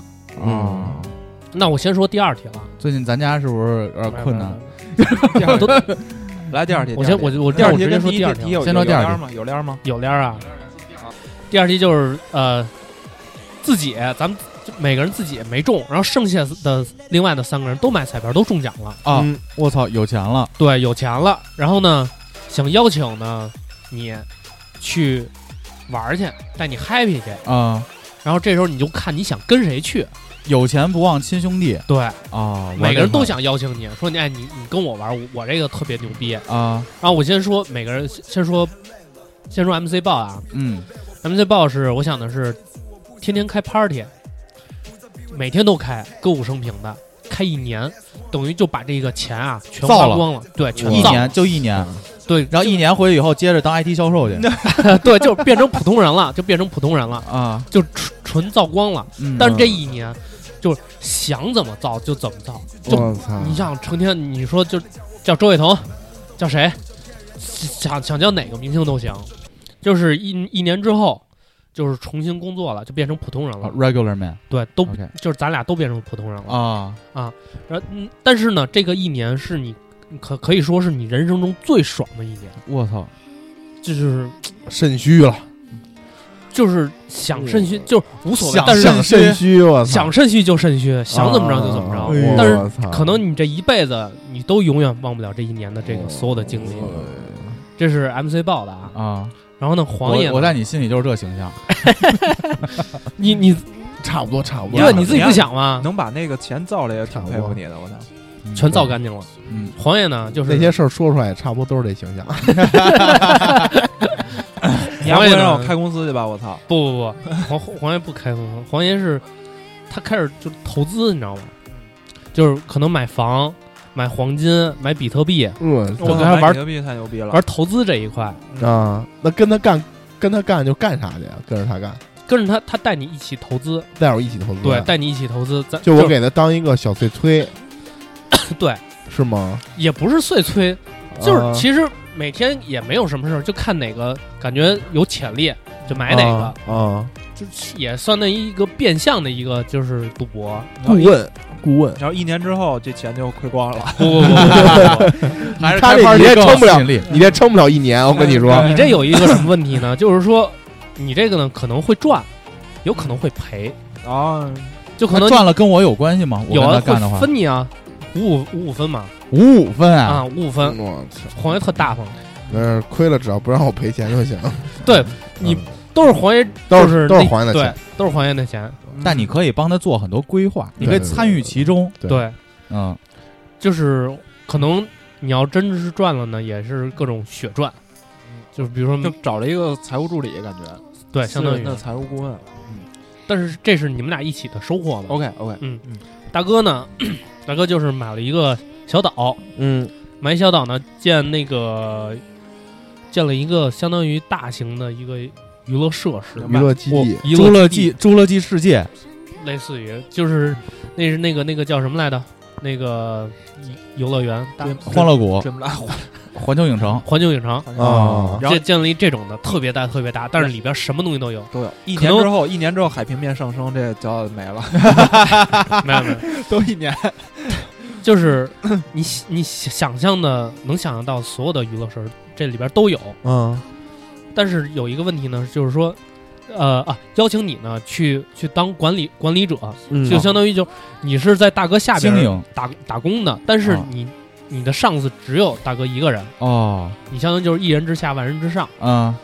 Speaker 2: 啊！
Speaker 1: 那我先说第二题了，
Speaker 2: 最近咱家是不是有点困
Speaker 1: *laughs* 嗯
Speaker 2: 难？
Speaker 5: 第二
Speaker 1: 都
Speaker 5: 题来第二题，
Speaker 1: 我先
Speaker 5: 第二
Speaker 1: 我
Speaker 5: 题
Speaker 1: 就我
Speaker 5: 第
Speaker 1: 那
Speaker 5: 二
Speaker 1: 我
Speaker 5: 题
Speaker 1: 直接
Speaker 5: 跟
Speaker 1: 说
Speaker 5: 第一
Speaker 1: 第二
Speaker 5: 题
Speaker 1: 题
Speaker 5: 有
Speaker 2: 先说
Speaker 5: 有
Speaker 2: 第二
Speaker 5: 帘儿
Speaker 2: 题
Speaker 5: 吗？有帘儿吗？
Speaker 1: 有帘儿啊。第二题就是呃，自己咱们就每个人自己没中，然后剩下的另外的三个人都买彩票，都中奖了。
Speaker 2: 啊
Speaker 3: 嗯，
Speaker 2: 我操，有钱了！
Speaker 1: 对，有钱了。然后呢，想邀请呢你去玩儿去，带你 happy 去，
Speaker 2: 啊，
Speaker 1: 然后这时候你就看你想跟谁去。
Speaker 2: 有钱不忘亲兄弟
Speaker 1: 对，
Speaker 2: 啊，我
Speaker 1: 每个人都
Speaker 2: 明
Speaker 1: 想邀请你，说你哎你你跟我玩儿，我我这个特别牛逼。
Speaker 2: 白啊，
Speaker 1: 然后我先说每个人，先说先说 MC 豹啊
Speaker 2: 嗯
Speaker 1: ，MC 豹是我想的是天天开 party，每天都开，歌舞升平的，开一年，等于就把这个钱啊全
Speaker 2: 造
Speaker 1: 花
Speaker 2: 了
Speaker 1: 光了，对，全
Speaker 2: 一
Speaker 1: 造嗯了
Speaker 2: 年就一年，
Speaker 1: 对，
Speaker 2: 然后一年回去以后接着当 IT 销售去
Speaker 1: *laughs* 对，就变成普通人了，就变成普通人了，
Speaker 2: 啊，
Speaker 1: 就纯纯造光了。
Speaker 2: 嗯
Speaker 1: 但是这一年，就是想怎么造就怎么造。就
Speaker 3: 我操！
Speaker 1: 你想成天你说就叫周伟彤，叫谁，想想叫哪个明星都行，就是一一年之后。就是重新工作了，就变成普通人
Speaker 2: 啊
Speaker 1: 了。
Speaker 2: regular man
Speaker 1: 对，都
Speaker 2: OK
Speaker 1: 就是咱俩都变成普通人了。
Speaker 2: 啊，
Speaker 1: 然后，嗯但是呢，这个一年是你可可以说是你人生中最爽的一年，
Speaker 2: 我操，
Speaker 1: 这就是
Speaker 3: 肾虚了，
Speaker 1: 就是想肾虚，就是无所谓
Speaker 2: 想。
Speaker 1: 但是
Speaker 2: 肾
Speaker 3: 想
Speaker 2: 虚
Speaker 3: 肾虚，我操！
Speaker 1: 想肾虚就肾虚，想怎么着就怎么
Speaker 3: 啊
Speaker 1: 着。
Speaker 3: 哎呦
Speaker 1: 但是
Speaker 3: 我操
Speaker 1: 可能你这一辈子，你都永远忘不了这一年的这个所有的经历。这是 MC 报的啊。
Speaker 2: 啊！
Speaker 1: 然后呢，黄爷呢，
Speaker 2: 我我在你心里就是这形象，
Speaker 1: 你你
Speaker 3: 差不多，差不多。
Speaker 1: 对你自己不想吗？
Speaker 5: 能把那个钱造了也挺佩服你的，我操！
Speaker 2: 嗯
Speaker 1: 全造干净了。
Speaker 2: 嗯
Speaker 1: *laughs* 黄爷呢，就是
Speaker 3: 那些事儿说出来，也差不多都是这形象。
Speaker 5: 你要不
Speaker 1: 黄爷
Speaker 5: 然让我
Speaker 1: 呢
Speaker 5: 开公司去吧，我操！
Speaker 1: 不不不，黄黄爷不开公司，黄爷是他开始就投资，你知道吗？就是可能买房、买黄金、买比特币，
Speaker 3: 嗯
Speaker 1: 我
Speaker 5: 我
Speaker 1: 跟他玩
Speaker 5: 比特币太牛逼了，
Speaker 1: 玩投资这一块，
Speaker 3: 啊，那跟他干，跟他干就干啥去呀？跟着他干，
Speaker 1: 跟着他，他带你一起投资，
Speaker 3: 带我一起投资。
Speaker 1: 对，，带你一起投资，咱
Speaker 3: 就我给他当一个小碎催，
Speaker 1: *laughs* 对，
Speaker 3: 是吗？
Speaker 1: 也不是碎催，就是
Speaker 3: 啊
Speaker 1: 其实每天也没有什么事儿，就看哪个感觉有潜力就买哪个，
Speaker 3: 啊啊？
Speaker 1: 就是也算那一个变相的一个就是赌博。
Speaker 3: 顾问，顾问，
Speaker 5: 然后一年之后这钱就亏光了。
Speaker 1: 不不不不不，
Speaker 2: 还是
Speaker 3: 他
Speaker 2: 开
Speaker 3: 这
Speaker 2: party
Speaker 3: 你也
Speaker 2: 更有
Speaker 3: 撑不了
Speaker 2: 吸引力
Speaker 3: 你这撑不了一年，我跟你说。
Speaker 1: 不啊你这有一个什么问题呢？就是说你这个呢可能会赚，有可能会赔，
Speaker 5: 啊，
Speaker 1: 就可能
Speaker 2: 那赚了跟我有关系吗？我
Speaker 1: 有
Speaker 2: 跟
Speaker 1: 啊
Speaker 2: 他干的
Speaker 1: 会
Speaker 2: 话，
Speaker 1: 分你啊，五五五五分嘛
Speaker 2: 五五分啊，
Speaker 1: 啊五五分，
Speaker 3: 我操，
Speaker 1: 黄爷特大方，
Speaker 3: 那亏了只要不让我赔钱就
Speaker 1: *laughs*
Speaker 3: 行。嗯
Speaker 1: 对你都是黄爷，
Speaker 3: 都
Speaker 1: 是
Speaker 3: 是
Speaker 1: 那
Speaker 3: 都是黄爷的
Speaker 1: 对
Speaker 3: 钱，
Speaker 1: 都是黄爷的钱，
Speaker 2: 但你可以帮他做很多规划，你可以
Speaker 3: 对对对
Speaker 2: 参与其中，
Speaker 3: 对
Speaker 1: 对。
Speaker 2: 嗯
Speaker 1: 就是可能你要真是赚了呢，也是各种血赚，就是比如
Speaker 5: 就
Speaker 1: 说
Speaker 5: 找了一个财务助理，感觉
Speaker 1: 对，相当于
Speaker 5: 那，财务顾问。
Speaker 1: 但是这是你们俩一起的收获嘛。
Speaker 5: OK 嗯 OK，
Speaker 1: 大哥呢， *clears throat* 大哥就是买了一个小岛，
Speaker 3: 嗯，
Speaker 1: 买小岛呢建那个建了一个相当于大型的一个娱乐设施，
Speaker 3: 娱乐基地，
Speaker 1: 娱
Speaker 2: 侏
Speaker 1: 乐
Speaker 2: 罗纪侏罗纪世界
Speaker 1: 类似于就是那是那个那个叫什么来着？那个游乐园，大
Speaker 2: 欢乐谷
Speaker 5: 这么拉环
Speaker 2: 环球影城
Speaker 1: 环球影城。
Speaker 3: 啊
Speaker 5: 然后
Speaker 1: 建建了一这种的，特别大特别大，但是里边什么东西都有，
Speaker 5: *laughs* 都有。一
Speaker 1: 可
Speaker 5: 年
Speaker 1: 能
Speaker 5: 之后，一年之后海平面上升，这骄傲没了，
Speaker 1: 没有没有，
Speaker 5: 都一年。
Speaker 1: 就是你想你想想象的能想象到所有的娱乐设施这里边都有，
Speaker 3: 嗯，
Speaker 1: 但是有一个问题呢，就是说，呃啊，邀请你呢去去当管理管理者，
Speaker 3: 嗯
Speaker 5: *laughs*
Speaker 1: 就相当于就你是在大哥下
Speaker 2: 经
Speaker 1: 边
Speaker 2: 营
Speaker 1: 打打工的，但是
Speaker 2: 啊
Speaker 1: 你、你的上司只有大哥一个人，
Speaker 2: 哦，
Speaker 1: 你相当于就是一人之下万人之上。
Speaker 2: 嗯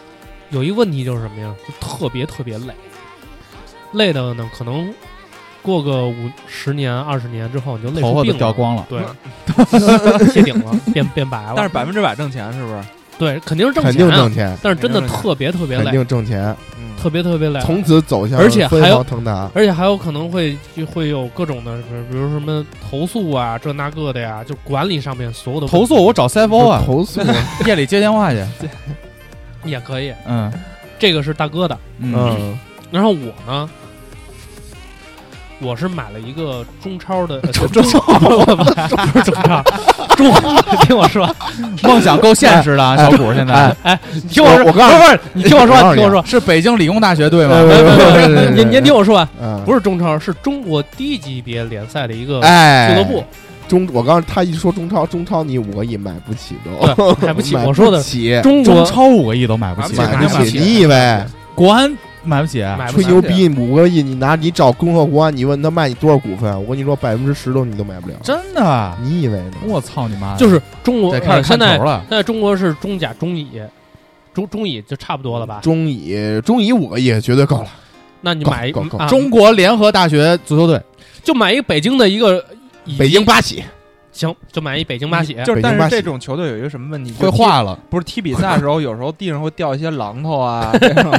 Speaker 1: 有一个问题就是什么呀？就特别特别累，累的呢可能过个五十年二十年之后你就累
Speaker 2: 头
Speaker 1: 出
Speaker 2: 发都
Speaker 1: 病
Speaker 2: 掉
Speaker 1: 了。
Speaker 2: 光了，
Speaker 1: 对，谢顶了，变变白了。
Speaker 5: 但是百分之百挣钱是不是？
Speaker 1: 对，肯定是挣
Speaker 3: 肯定
Speaker 1: 钱啊
Speaker 3: 挣，钱，
Speaker 1: 但是真的
Speaker 5: 肯定挣钱
Speaker 1: 特别特别
Speaker 3: 肯
Speaker 1: 累，
Speaker 3: 定挣钱，
Speaker 5: 嗯，
Speaker 1: 特别特别累，
Speaker 3: 从此走向
Speaker 1: 而且还
Speaker 3: 飞
Speaker 1: 有
Speaker 3: 黄腾达。
Speaker 1: 而且还有可能会就会有各种的，比如什么投诉啊，这那个的呀，就管理上面所有的
Speaker 2: 投诉我找 CFO 啊，
Speaker 3: 投诉，
Speaker 2: 夜里接电话去，
Speaker 1: 也可以，
Speaker 2: 嗯
Speaker 1: 这个是大哥的。
Speaker 2: 嗯
Speaker 3: *laughs* 嗯，
Speaker 1: 然后我呢，我是买了一个中超的，呃中
Speaker 3: 超
Speaker 1: 不是中超，中，听我说，
Speaker 2: 梦想够现实的啊，小谷现在
Speaker 3: 哎
Speaker 1: 你听我说，
Speaker 3: 我我告诉
Speaker 1: 不是不是，你听我说，
Speaker 3: 我告诉
Speaker 1: 你
Speaker 3: 你
Speaker 1: 听我说，
Speaker 2: 是北京理工大学对吗
Speaker 3: 哎？
Speaker 1: 没有没有没有没
Speaker 3: 对对
Speaker 1: 有，
Speaker 3: 对对
Speaker 1: 您您听我说完，
Speaker 3: 嗯，
Speaker 1: 不是中超，是中国低级别联赛的一个
Speaker 3: 哎，
Speaker 1: 俱乐部，
Speaker 3: 中，我刚他一说中超，中超你五个亿买不起都，
Speaker 1: 对，买不起。
Speaker 3: *laughs* 买
Speaker 1: 我说的
Speaker 3: 起，
Speaker 1: 中
Speaker 2: 中
Speaker 1: 国
Speaker 2: 超五个亿都买不起，
Speaker 3: 买
Speaker 5: 买
Speaker 3: 不
Speaker 5: 不
Speaker 3: 起，
Speaker 5: 起
Speaker 3: 你以为
Speaker 2: 国安买不起，
Speaker 1: 买不
Speaker 3: 吹
Speaker 1: 起，
Speaker 3: 牛逼五个亿？你拿你找工和国安，你问他卖你多少股份？我跟你说，百分之十都你都买不了。
Speaker 2: 真的，
Speaker 3: 你以为呢？
Speaker 2: 我操你妈的，
Speaker 1: 就是中国
Speaker 2: 得
Speaker 1: 呃
Speaker 2: 啊开始
Speaker 1: 现
Speaker 2: 看
Speaker 1: 在
Speaker 2: 球了
Speaker 1: 现在中国是中甲、中乙中中乙就差不多了吧？
Speaker 3: 中乙中乙五个亿绝对够了，
Speaker 1: 那你
Speaker 3: 够
Speaker 1: 买一
Speaker 3: 够够
Speaker 1: 啊
Speaker 2: 中国联合大学足球队，
Speaker 1: 就买一个北京的一个乙级
Speaker 3: 北京八喜
Speaker 1: 行，就买一
Speaker 3: *laughs*
Speaker 1: 北京八喜。
Speaker 5: 嗯就
Speaker 3: 北京
Speaker 5: 是但
Speaker 3: 巴
Speaker 5: 是
Speaker 3: 西
Speaker 5: 这种球队有一个什么问题？
Speaker 2: 会
Speaker 5: 就踢
Speaker 2: 化了。
Speaker 5: 不是踢比赛的时候，有时候地上会掉一些榔
Speaker 1: *laughs*
Speaker 5: 头啊。这种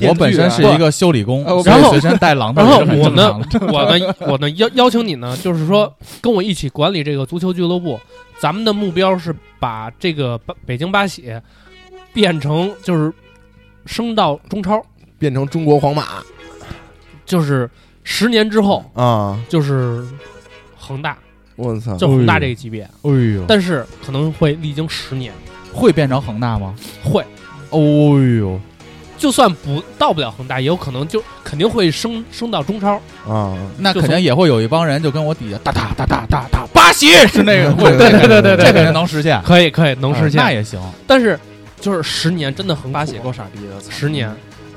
Speaker 2: 我本身是一个修理工
Speaker 5: 呃我，
Speaker 2: 然后随身带榔头
Speaker 1: 然后
Speaker 2: 也是很
Speaker 1: 我
Speaker 2: 正
Speaker 1: 呢
Speaker 2: 常的。，
Speaker 1: 我
Speaker 3: *laughs*
Speaker 1: 呢，我呢邀邀请你呢，就是说跟我一起管理这个足球俱乐部。咱们的目标是把这个巴北京八喜变成就是升到中超，
Speaker 3: 变成中国皇马
Speaker 1: 就是十年之后
Speaker 3: 啊！
Speaker 1: 就是恒大，
Speaker 3: 我操，
Speaker 1: 就恒大这个级别，
Speaker 2: 哎呦，
Speaker 1: 但是可能会历经十年，
Speaker 2: 会变成恒大吗？
Speaker 1: 会
Speaker 2: 哦呦，
Speaker 1: 就算不到不了恒大，也有可能就肯定会升升到中超。
Speaker 3: 啊，
Speaker 2: 那
Speaker 1: 就
Speaker 2: 肯
Speaker 1: 从
Speaker 2: 定也会有一帮人就跟我底下哒哒哒哒哒哒，巴西是那个会，
Speaker 3: 对对对对对
Speaker 2: 这肯定能实现，啊
Speaker 1: 可以，可以，能实现。
Speaker 2: 那也行。
Speaker 1: 啊但是就是十年真的很苦
Speaker 5: *laughs* 巴西够傻逼的，操嗯
Speaker 1: 十年。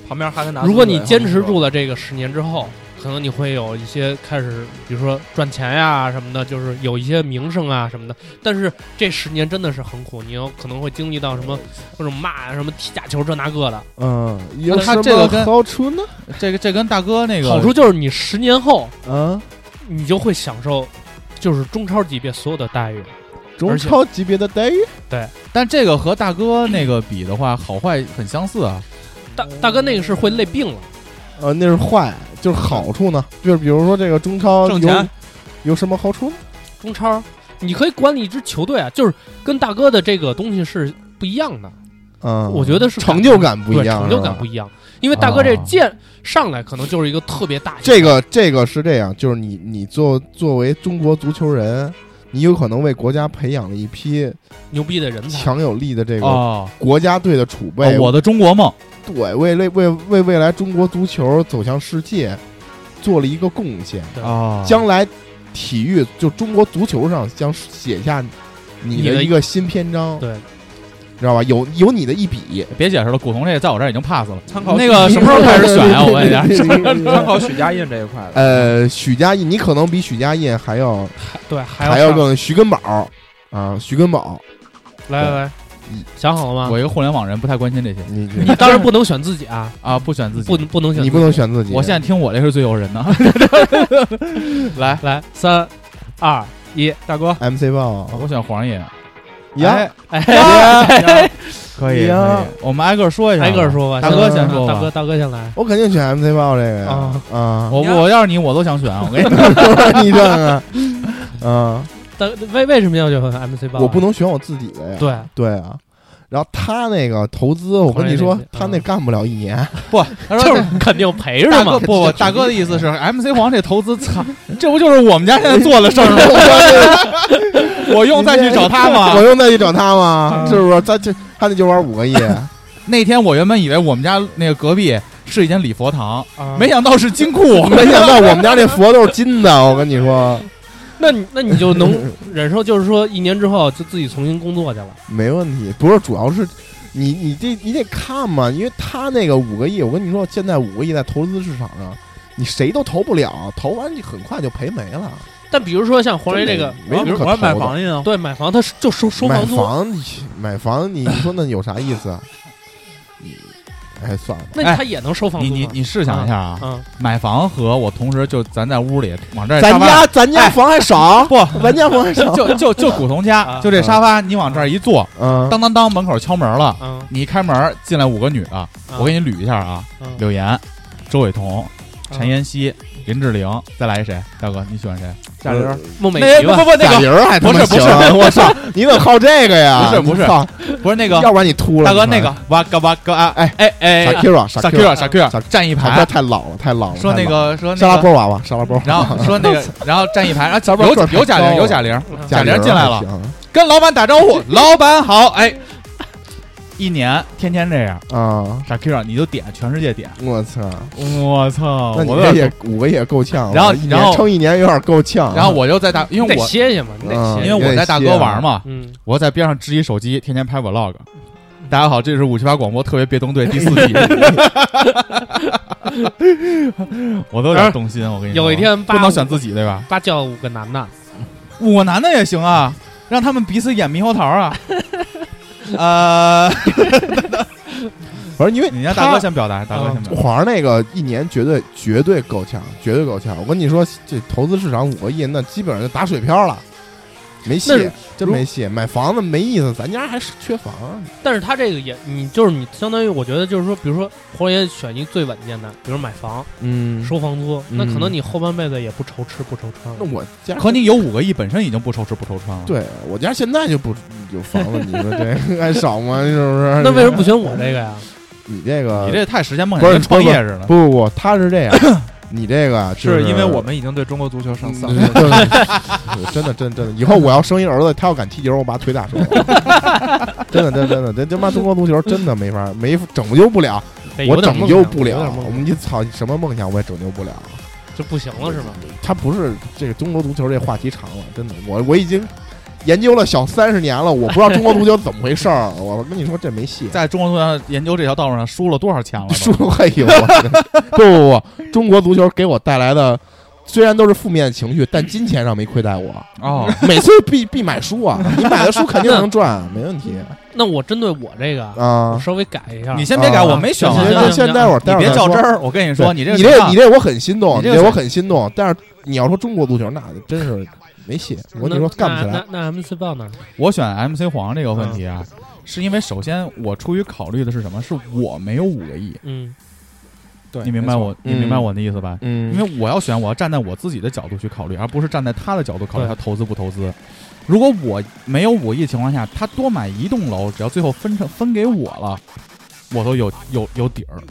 Speaker 5: 旁边哈根达斯队。
Speaker 1: 如果你坚持
Speaker 5: 我
Speaker 1: 住了这个十年之后，可能你会有一些开始，比如说赚钱呀、什么的，就是有一些名声啊什么的。但是这十年真的是很苦，你有可能会经历到什么各种骂啊、什么踢假球这那个的。
Speaker 3: 嗯，有
Speaker 2: 那他
Speaker 3: 什么
Speaker 2: 这个跟
Speaker 3: 好处呢？
Speaker 2: 这个这跟大哥那个
Speaker 1: 好处就是你十年后
Speaker 3: 啊，
Speaker 1: 你就会享受，就是中超级别所有的待遇。
Speaker 3: 中超级别的待遇，
Speaker 2: 但这个和大哥那个比的话，好坏很相似啊。
Speaker 1: 大大哥那个是会累病了，
Speaker 3: 呃，那是坏，就是好处呢，就是比如说这个中超
Speaker 5: 挣
Speaker 3: 有
Speaker 5: 钱
Speaker 3: 有什么好处呢？
Speaker 1: 中超你可以管理一支球队啊，就是跟大哥的这个东西是不一样的。
Speaker 3: 嗯，
Speaker 1: 我觉得是
Speaker 3: 成就感不
Speaker 1: 对
Speaker 3: 一样，
Speaker 1: 成就感
Speaker 3: 是吧
Speaker 1: 不一样。因为大哥这
Speaker 2: 哦
Speaker 1: 剑上来可能就是一个特别大，
Speaker 3: 这个这个是这样，就是你你作作为中国足球人，你有可能为国家培养了一批
Speaker 1: 牛逼的人才。
Speaker 3: 强有力的这个
Speaker 2: 哦，
Speaker 3: 国家队的储备，
Speaker 2: 哦我的中国梦，
Speaker 3: 对为为为为未来中国足球走向世界做了一个贡献，
Speaker 2: 啊
Speaker 3: 将来体育就中国足球上将写下你
Speaker 1: 你
Speaker 3: 的
Speaker 1: 的
Speaker 3: 一个新篇章，
Speaker 1: 对，
Speaker 3: 知道吧？有有你的一笔，
Speaker 2: 别解释了，古潼这个在我这儿已经 pass 了。
Speaker 5: 参考
Speaker 2: 那个什么时候开始选啊？我问一下，
Speaker 5: 参考许家印这一块的，
Speaker 3: *laughs* 呃，许家印，你可能比许家印还要
Speaker 1: 还对，还
Speaker 3: 还
Speaker 1: 要
Speaker 3: 要
Speaker 1: 上
Speaker 3: 更徐根宝啊，徐根宝，
Speaker 1: 来来来
Speaker 3: 嗯，
Speaker 1: 想好了吗
Speaker 2: 我？一个互联网人不太关心这些
Speaker 3: 你
Speaker 1: 你当然不能选自己
Speaker 3: *laughs*
Speaker 1: 啊，
Speaker 2: 啊，不选自己
Speaker 1: 不。不能选自己，
Speaker 3: 你不能选自己，
Speaker 2: 我现在听我这是最诱人的，啊来，
Speaker 1: 来三二一，
Speaker 5: 大哥
Speaker 3: MC 豹
Speaker 2: 我选黄爷。
Speaker 3: 啊呀，
Speaker 2: 哎，可以，
Speaker 3: 呀
Speaker 2: 可以我们挨个说一下。啊
Speaker 1: 挨个，说吧，
Speaker 2: 大哥先
Speaker 1: 来
Speaker 2: 说吧
Speaker 1: 大哥大哥先来，
Speaker 3: 我肯定选 MC 豹这个呀
Speaker 1: 啊
Speaker 3: 啊！
Speaker 2: 我我要是你，我都想选。啊我跟你说，
Speaker 3: 我 *laughs* 你
Speaker 2: *laughs*
Speaker 3: 看看，啊，
Speaker 1: 大为为什么要选 MC 八？
Speaker 3: 我不能选我自己的呀，
Speaker 1: 对，
Speaker 3: 对啊。然后他那个投资，我跟你说
Speaker 1: 黄爷，那
Speaker 3: 他那干不了一年，
Speaker 2: 不，他说
Speaker 1: 就
Speaker 2: 这
Speaker 1: 是 *laughs* 肯定赔
Speaker 2: 大
Speaker 1: 是
Speaker 2: 哥
Speaker 1: 吗？
Speaker 2: 不不，大哥的意思是 MC 黄这投资，操，这不就是我们家现在做的事儿
Speaker 3: *laughs*
Speaker 2: 吗？嗯我用再去找他嗯
Speaker 3: 我
Speaker 2: 吗？
Speaker 3: 用再去找他吗？是不是？他就他那就玩五个
Speaker 2: *laughs*
Speaker 3: 亿，
Speaker 2: 那天我原本以为我们家那个隔壁是一间礼佛堂，
Speaker 1: 啊
Speaker 2: 没，想到是金库。
Speaker 3: 没想到我们家那佛都是金的，我跟你说，
Speaker 1: 那你那你就能忍受，就是说一年之后就自己重新工作去了。
Speaker 3: 没问题。不是，主要是你你这你得看嘛，因为他那个五个亿，我跟你说，现在五个亿在投资市场上，你谁都投不了，投完你很快就赔没了。
Speaker 1: 但比如说像黄爷这个，
Speaker 3: 没
Speaker 1: 比如
Speaker 3: 可
Speaker 5: 我要买
Speaker 3: 投的
Speaker 5: 房印啊，
Speaker 1: 对买房，他是就收收
Speaker 3: 买
Speaker 1: 房租，
Speaker 3: 房你买房， *laughs* 你说那有啥意思啊？你哎，算了吧，
Speaker 1: 那他也能收房
Speaker 2: 你
Speaker 3: 哎
Speaker 1: 租
Speaker 2: 你
Speaker 1: 吗？
Speaker 2: 你试想一下啊，
Speaker 1: 啊，
Speaker 2: 买房和我同时就咱在屋里往这儿
Speaker 3: 咱
Speaker 2: 沙发
Speaker 3: 家咱家房还少，
Speaker 2: 哎不，
Speaker 3: 咱家房还少。
Speaker 2: 就就就古潼家
Speaker 1: 啊
Speaker 2: 就这沙发，你往这儿一坐，
Speaker 3: *laughs* 嗯，
Speaker 2: 当当当，门口敲门了，
Speaker 1: 嗯，
Speaker 2: 你一开门进来五个女的，我给你捋一下啊，
Speaker 1: 嗯
Speaker 2: 柳岩、周伟彤、陈
Speaker 1: 嗯
Speaker 2: 妍希、林志玲，再来一谁？大哥，你喜欢谁？
Speaker 5: 贾玲儿
Speaker 1: 孟美
Speaker 2: 那
Speaker 1: 岐
Speaker 2: 不
Speaker 1: 吧，
Speaker 2: 不不，
Speaker 3: 贾
Speaker 2: 那个
Speaker 3: 玲呃儿还哎他妈
Speaker 2: 不是不是 *laughs*
Speaker 3: 行我操，你怎么好这个呀？
Speaker 2: 不是不是
Speaker 3: 你操
Speaker 2: 不是那个
Speaker 3: 要不然你秃了。
Speaker 2: 大哥，
Speaker 3: 你
Speaker 2: 那
Speaker 3: 看
Speaker 2: 个哇嘎哇嘎啊，
Speaker 3: 哎
Speaker 2: 哎哎，
Speaker 3: Shakira
Speaker 2: 傻
Speaker 3: Shakira，
Speaker 2: Q 傻 Q
Speaker 3: 傻
Speaker 2: 站一
Speaker 3: 好这
Speaker 2: 排，
Speaker 3: 哎太老了，太老了。
Speaker 2: 说那
Speaker 3: 太老了
Speaker 2: 个说
Speaker 3: 沙
Speaker 2: 那
Speaker 3: 拉
Speaker 2: 个，
Speaker 3: 波娃娃，沙拉波娃娃，
Speaker 2: 然
Speaker 3: *laughs*
Speaker 2: 后说那个，然后站一排，然
Speaker 3: 小
Speaker 2: 后
Speaker 3: 波个
Speaker 2: 有
Speaker 3: 儿
Speaker 2: 有贾
Speaker 3: 太
Speaker 2: 玲，
Speaker 3: 高
Speaker 2: 有
Speaker 3: 了
Speaker 2: 贾玲，
Speaker 1: 嗯
Speaker 2: 贾玲
Speaker 3: 玲儿
Speaker 2: 进来
Speaker 3: 还
Speaker 2: 了
Speaker 3: 行
Speaker 2: 跟老板打招呼，老板好，哎，一年天天这样，
Speaker 3: 啊！
Speaker 2: 傻 Q 你就点全世界点，
Speaker 3: 我操，
Speaker 2: 我操，
Speaker 3: 那你
Speaker 2: 哦我
Speaker 3: 这也五个也够呛了，
Speaker 2: 然后
Speaker 3: 一
Speaker 2: 然
Speaker 3: 年
Speaker 2: 后
Speaker 3: 撑一年有点够呛。啊
Speaker 2: 然后我就在大，因
Speaker 1: 你
Speaker 2: 为
Speaker 1: 得
Speaker 2: 我
Speaker 1: 歇歇嘛，你得
Speaker 3: 嗯
Speaker 1: 歇
Speaker 2: 因
Speaker 1: 歇。
Speaker 2: 为我在大哥玩嘛，
Speaker 1: 嗯，
Speaker 2: 我在边上支一手机，天天拍 vlog。大家好，这是五七八广播特别别登队第四季， *laughs* 我都有点动心。我跟
Speaker 3: 嗯
Speaker 2: 你说，
Speaker 1: 有一天
Speaker 2: 不
Speaker 1: 八
Speaker 2: 能选自己对吧？
Speaker 1: 八叫五个男的，
Speaker 2: *laughs* 五个男的也行啊，让他们彼此演猕猴桃啊。呃，
Speaker 3: 反正因为
Speaker 2: 你让大哥
Speaker 3: 他
Speaker 2: 先表达，大哥先 *laughs* 表达。
Speaker 3: 皇上那个一年绝对绝对够呛，绝对够呛。我跟你说，这投资市场五个亿，那基本上就打水漂了，没戏
Speaker 1: 那是，
Speaker 3: 真没戏。买房子没意思，咱家还是缺房啊。
Speaker 1: 但是他这个也，你就是你，相当于我觉得就是说，比如说侯爷选一最稳健的，比如买房
Speaker 3: 嗯
Speaker 1: 收房租，
Speaker 3: 嗯
Speaker 1: 那可能你后半辈子也不愁吃不愁穿了
Speaker 3: 那。我家
Speaker 2: 可你有五个亿，本身已经不愁吃不愁穿了。，
Speaker 3: 对我家现在就不有房子，你说这还少吗？是不是？
Speaker 1: 那为什么不选我这个呀？
Speaker 3: 你这个
Speaker 2: 你这也太实现梦
Speaker 3: 不
Speaker 2: 想
Speaker 3: 是
Speaker 2: 跟创
Speaker 3: 不
Speaker 2: 业
Speaker 3: 是
Speaker 2: 似的。
Speaker 3: 不不不，他是这样，你这个
Speaker 5: 是
Speaker 3: 是
Speaker 5: 因为我们已经对中国足球上
Speaker 3: 嗯
Speaker 5: 丧
Speaker 3: 真的
Speaker 5: 了。
Speaker 3: 真的真的真的，以后我要生一儿子，他要敢踢球，我把他腿打折了。真的真的真的，这这妈中国足球真的没法没拯救不了，
Speaker 1: 得哎有
Speaker 3: 我
Speaker 1: 点
Speaker 3: 拯
Speaker 1: 梦
Speaker 3: 救
Speaker 1: 想
Speaker 3: 不
Speaker 1: 有
Speaker 3: 了
Speaker 1: 点梦。
Speaker 3: 我
Speaker 1: 想
Speaker 3: 们你操，什么梦想我也拯救不了。
Speaker 1: 就不行了是吗？
Speaker 3: 他不是这个中国足球这话题长了，真的，我我已经研究了小三十年了，我不知道中国足球怎么回事儿。我跟你说，这没戏。
Speaker 2: 在中国足球上研究这条道路上输了多少钱了都？
Speaker 3: 说哎呦，我不不不，中国足球给我带来的虽然都是负面情绪，但金钱上没亏待我。
Speaker 5: 嗯
Speaker 2: 哦，
Speaker 3: 每次必必买书啊，你买的书肯定能赚，啊没问题
Speaker 1: 那我针对我这个，我
Speaker 3: 啊。
Speaker 1: 稍微改一下。
Speaker 2: 你先别改，
Speaker 3: 啊
Speaker 2: 我没选
Speaker 1: 行
Speaker 2: 完
Speaker 1: 行
Speaker 2: 呢
Speaker 1: 行。
Speaker 3: 先待会儿，
Speaker 2: 你
Speaker 3: 待会儿
Speaker 2: 别
Speaker 3: 再
Speaker 2: 较
Speaker 3: 说
Speaker 2: 真儿，我跟你说，
Speaker 3: 对
Speaker 2: 你
Speaker 3: 你
Speaker 2: 这个
Speaker 3: 这
Speaker 2: 情况
Speaker 3: 你这我很心动，
Speaker 2: 你
Speaker 3: 你
Speaker 2: 这个
Speaker 3: 这我
Speaker 2: 情
Speaker 3: 很心动，但是你要说中国足球，那真是没戏。我跟你说干不
Speaker 1: 嗯那
Speaker 3: 起来
Speaker 1: 那。那 M 四报呢？
Speaker 2: 我选 MC 黄这个问题
Speaker 5: 嗯
Speaker 2: 啊，是因为首先我出于考虑的是什么？是我没有五个亿，
Speaker 1: 嗯，
Speaker 5: 对，
Speaker 2: 你明白
Speaker 5: 没错
Speaker 2: 我，你明白我的意思吧？因
Speaker 3: 嗯
Speaker 2: 为我要选，我要站在我自己的角度去考虑，而不是站在他的角度考虑
Speaker 1: 对
Speaker 2: 他投资不投资。如果我没有五亿的情况下，他多买一栋楼，只要最后分成分给我了，我都有有有底儿。